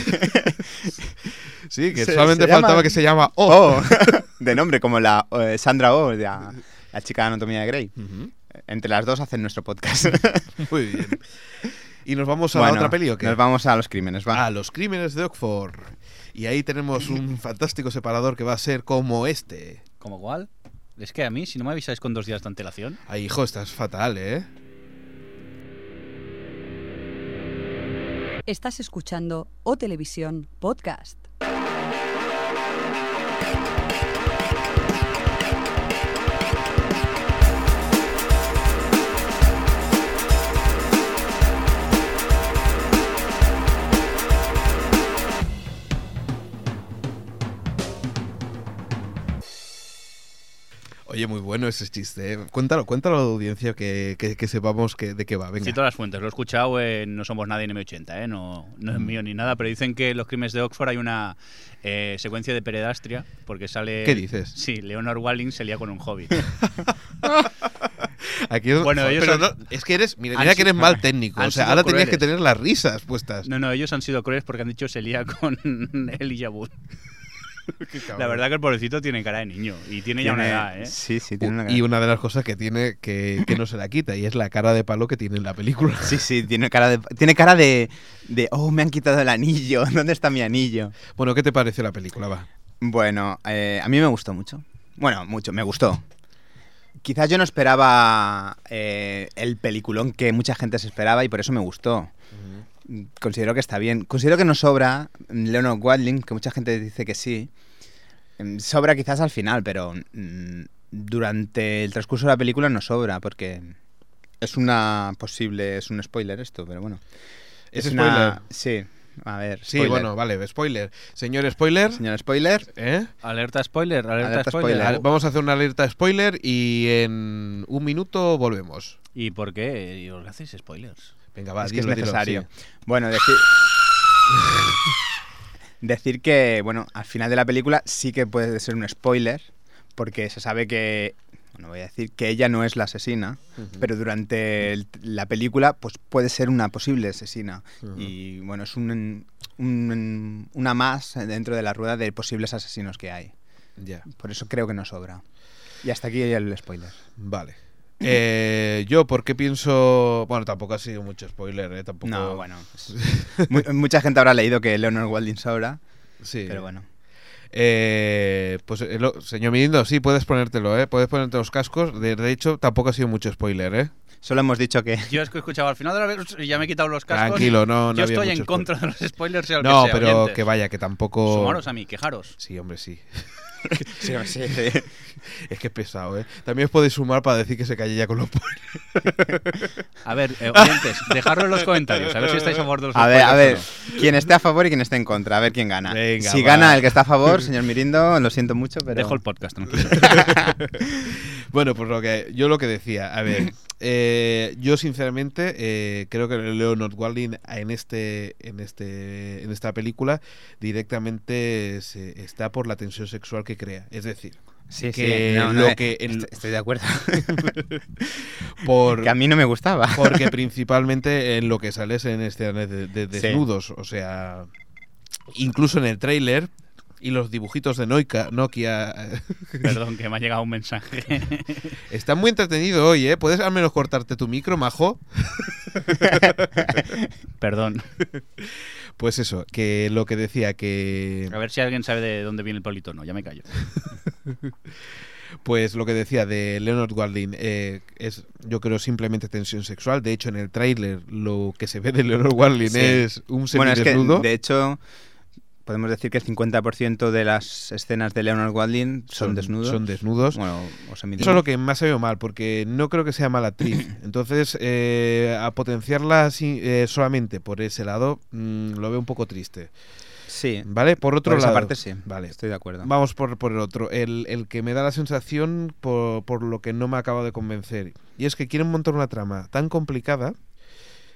S2: Sí, que
S3: Se-
S2: solamente
S3: se llama-
S2: faltaba que se llama O.
S3: Oh, de nombre como la eh, Sandra Oh, la, la chica de Anatomía de Grey.
S2: Ujú.
S3: Entre las dos hacen nuestro podcast.
S2: Muy bien. ¿Y nos vamos a
S3: Bueno,
S2: la otra peli o qué?
S3: Nos vamos a los crímenes,
S4: Ah,
S3: va.
S2: A los crímenes de Oxford. Y ahí tenemos un fantástico separador que va a ser como este.
S4: Como cual. Es que a mí, si no me avisáis con dos días de antelación,
S2: Ay, hijo, estás fatal, ¿eh?
S1: Estás escuchando O Televisión Podcast.
S2: Oye, muy bueno ese chiste. ¿eh? Cuéntalo, cuéntalo a la audiencia que, que- que sepamos que, de qué va. Venga.
S4: Cito las fuentes, lo he escuchado en No Somos Nadie en M80, ¿eh? no, no
S2: Mm.
S4: es mío ni nada, pero dicen que en los crímenes de Oxford hay una eh, secuencia de peredastria, porque sale...
S2: ¿Qué dices?
S4: Sí, Leonor Walling se lía con un hobbit.
S2: Aquí es-
S4: Bueno, ellos
S2: pero
S4: han-
S2: no- es que eres, mira,
S4: han
S2: mira que
S4: sido-
S2: eres mal técnico.
S4: han
S2: O sea,
S4: sido
S2: ahora tenías que
S4: crueles.
S2: tener las risas puestas.
S4: No, no, ellos han sido crueles porque han dicho se lía con Elijah Wood. La verdad que el pobrecito tiene cara de niño y tiene ya una
S3: Tiene-
S4: edad, ¿eh?
S3: Sí, sí, tiene una
S2: Y una de las cosas que tiene que, que no se la quita y es la cara de palo que tiene en la película.
S3: Sí, sí, tiene cara de. Tiene cara de, de. Oh, me han quitado el anillo. ¿Dónde está mi anillo?
S2: Bueno, ¿qué te pareció la película? Va.
S3: Bueno, eh, a mí me gustó mucho. Bueno, mucho, me gustó. Quizás yo no esperaba eh, el peliculón que mucha gente se esperaba y por eso me gustó. Considero que está bien. Considero que no sobra mm, Leonard Wadling, que mucha gente dice que sí. Mm, Sobra quizás al final, pero mm, durante el transcurso de la película no sobra porque es una posible, es un spoiler esto, pero bueno.
S2: ¿Es
S3: una- sí, a ver.
S2: Sí,
S3: spoiler.
S2: bueno, vale, spoiler. Señor spoiler.
S3: Señor spoiler.
S2: ¿eh?
S4: Alerta spoiler, alerta,
S3: Alerta
S4: spoiler.
S2: Vale,
S3: spoiler.
S2: Vamos a hacer una alerta spoiler y en un minuto volvemos.
S4: ¿Y por qué? ¿Y os hacéis spoilers?
S2: Venga, va,
S3: es que es
S2: dilo, dilo,
S3: necesario.
S2: sí.
S3: Bueno, decir. decir que, bueno, al final de la película sí que puede ser un spoiler, porque se sabe que. No voy a decir que ella no es la asesina, pero durante el- la película pues puede ser una posible asesina.
S2: Ujú.
S3: Y bueno, es un- un- una más dentro de la rueda de posibles asesinos que hay.
S2: Ya,
S3: Por eso creo que no sobra. Y hasta aquí el spoiler.
S2: vale. Eh, yo, ¿por qué pienso...? Bueno, tampoco ha sido mucho spoiler, ¿eh? Tampoco...
S3: No, bueno. pues, mu- mucha gente habrá leído que Leonor Walding sobra,
S2: Sí.
S3: pero bueno.
S2: Eh, pues, eh, lo- señor Mirindo, sí, puedes ponértelo, ¿eh? Puedes ponerte los cascos. De, de hecho, tampoco ha sido mucho spoiler, ¿eh?
S3: Solo hemos dicho que.
S4: Yo es que he escuchado al final de la vez y ya me he quitado los cascos.
S2: Tranquilo, no, no
S4: Yo
S2: había
S4: estoy
S2: mucho
S4: en contra de los spoilers, sea lo
S2: No,
S4: que sea,
S2: pero
S4: oyentes.
S2: que vaya, que tampoco...
S4: Sumaros a mí, quejaros.
S2: Sí, hombre, sí.
S3: Sí, sí.
S2: Es que es pesado, ¿eh? También os podéis sumar para decir que se calle ya con los spoilers.
S4: A ver, eh, oyentes, dejadlo en los comentarios, a ver si estáis a favor de los
S3: A ver, a
S4: spoilers o
S3: ver. Quien esté a favor y quien esté en contra. A ver quién gana.
S2: Venga,
S3: si
S2: va.
S3: gana el que está a favor, señor Mirindo, lo siento mucho,
S4: no.
S3: pero.
S4: Dejo el podcast, tranquilo.
S2: Bueno, pues lo que yo lo que decía, a ver, eh, yo sinceramente eh, creo que Leonard Walding en este, en este, en esta película directamente se- está por la tensión sexual que crea, es decir,
S3: Sí,
S2: que
S3: sí. no, no,
S2: lo
S3: eh,
S2: que
S3: est-
S2: el-
S3: estoy, de acuerdo.
S2: por
S3: que a mí no me gustaba.
S2: porque principalmente en lo que sale es en escenas de, de
S3: Sí.
S2: desnudos, o sea, incluso en el tráiler y los dibujitos de Noika- Nokia
S4: Perdón, que me ha llegado un mensaje.
S2: Está muy entretenido hoy, ¿eh? ¿Puedes al menos cortarte tu micro, majo?
S4: Perdón.
S2: Pues eso, que lo que decía, que...
S4: A ver si alguien sabe de dónde viene el politono, ya me callo.
S2: Pues lo que decía de Leonard Walding eh, es, yo creo, simplemente tensión sexual. De hecho, en el tráiler lo que se ve de Leonard Walding
S3: Sí.
S2: es un
S3: Bueno, es que
S2: semidesnudo.
S3: de hecho. Podemos decir que el 50% de las escenas de Leonard Walding son, desnudos.
S2: Son desnudos.
S3: Bueno, o semidesnudos.
S2: Eso es lo que más se veo mal, porque no creo que sea mala actriz. Entonces, eh, a potenciarla así, eh, solamente por ese lado, mm, lo veo un poco triste.
S3: Sí.
S2: ¿Vale? Por otro
S3: Por esa
S2: lado.
S3: parte sí.
S2: Vale.
S3: Estoy de acuerdo.
S2: Vamos por, por el otro. El, el que me da la sensación por, por lo que no me ha acabado de convencer. Y es que quieren montar una trama tan complicada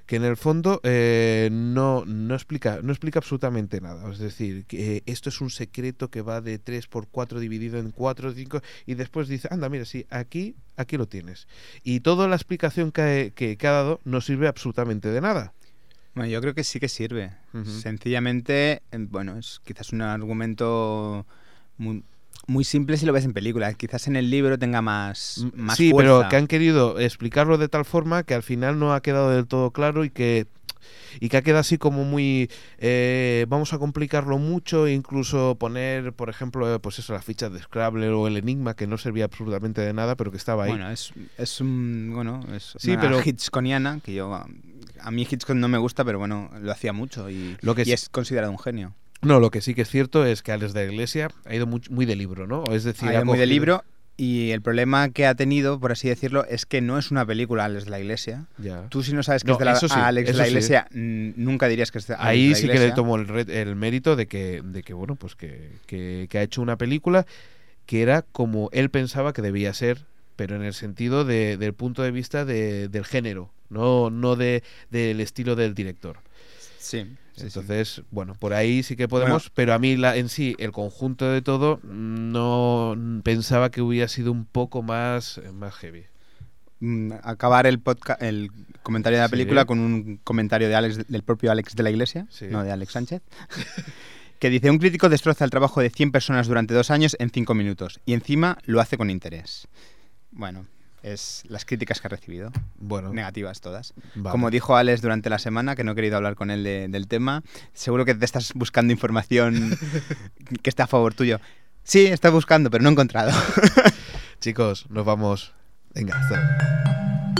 S2: que en el fondo eh, no, no, explica, no explica absolutamente nada. Es decir, que eh, esto es un secreto que va de 3 por 4 dividido en 4, 5 y después dice, anda, mira, sí, aquí, aquí lo tienes. Y toda la explicación que, que, que ha dado no sirve absolutamente de nada.
S3: Bueno, yo creo que sí que sirve.
S2: Ujú.
S3: Sencillamente, eh, bueno, es quizás un argumento muy, muy simple si lo ves en película. Quizás en el libro tenga más,
S2: Mm,
S3: más
S2: sí,
S3: fuerza.
S2: pero que han querido explicarlo de tal forma que al final no ha quedado del todo claro y que y que ha quedado así como muy eh, vamos a complicarlo mucho e incluso poner por ejemplo eh, pues eso las fichas de Scrabble o el enigma que no servía absolutamente de nada pero que estaba ahí
S3: Bueno, es, es un... Bueno, es
S2: Sí,
S3: una
S2: pero-
S3: hitchconiana que yo... A a mí Hitchcock no me gusta, pero bueno, lo hacía mucho y,
S2: Lo que
S3: y
S2: sí-
S3: es considerado un genio.
S2: no lo que sí que es cierto es que Alex de la Iglesia ha ido muy, muy de libro no es decir
S3: Hay
S2: ha
S3: Ah, muy de
S2: cogido-
S3: libro y el problema que ha tenido, por así decirlo, es que no es una película Alex de la Iglesia.
S2: Ya.
S3: Tú si no sabes que
S2: No,
S3: es de la,
S2: eso sí,
S3: a Alex de
S2: eso
S3: la
S2: sí.
S3: Iglesia, mm, nunca dirías que es de Alex de
S2: Ahí
S3: la
S2: sí que le
S3: Iglesia.
S2: tomo el, re- el mérito de que, de que bueno, pues que, que- que ha hecho una película que era como él pensaba que debía ser, pero en el sentido de- del punto de vista de- del género, no, no de, del estilo del director.
S3: Sí. sí, sí.
S2: Entonces, bueno, por ahí sí que podemos, pero a mí la, en sí, el conjunto de todo, no pensaba que hubiera sido un poco más, más heavy.
S3: Mm, acabar el podca- el comentario de la
S2: Sí.
S3: película con un comentario de Alex, del propio Alex de la Iglesia,
S2: Sí.
S3: no de Alex Sánchez, que dice, un crítico destroza el trabajo de 100 personas durante dos años en cinco minutos y encima lo hace con interés. Bueno, es las críticas que ha recibido,
S2: Bueno,
S3: negativas todas.
S2: vale.
S3: Como dijo Alex durante la semana, que no he querido hablar con él de- del tema, seguro que te estás buscando información que está a favor tuyo. Sí, está buscando, pero no he encontrado.
S2: chicos, nos vamos. Venga, hasta.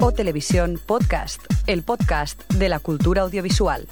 S1: O Televisión Podcast, el podcast de la cultura audiovisual.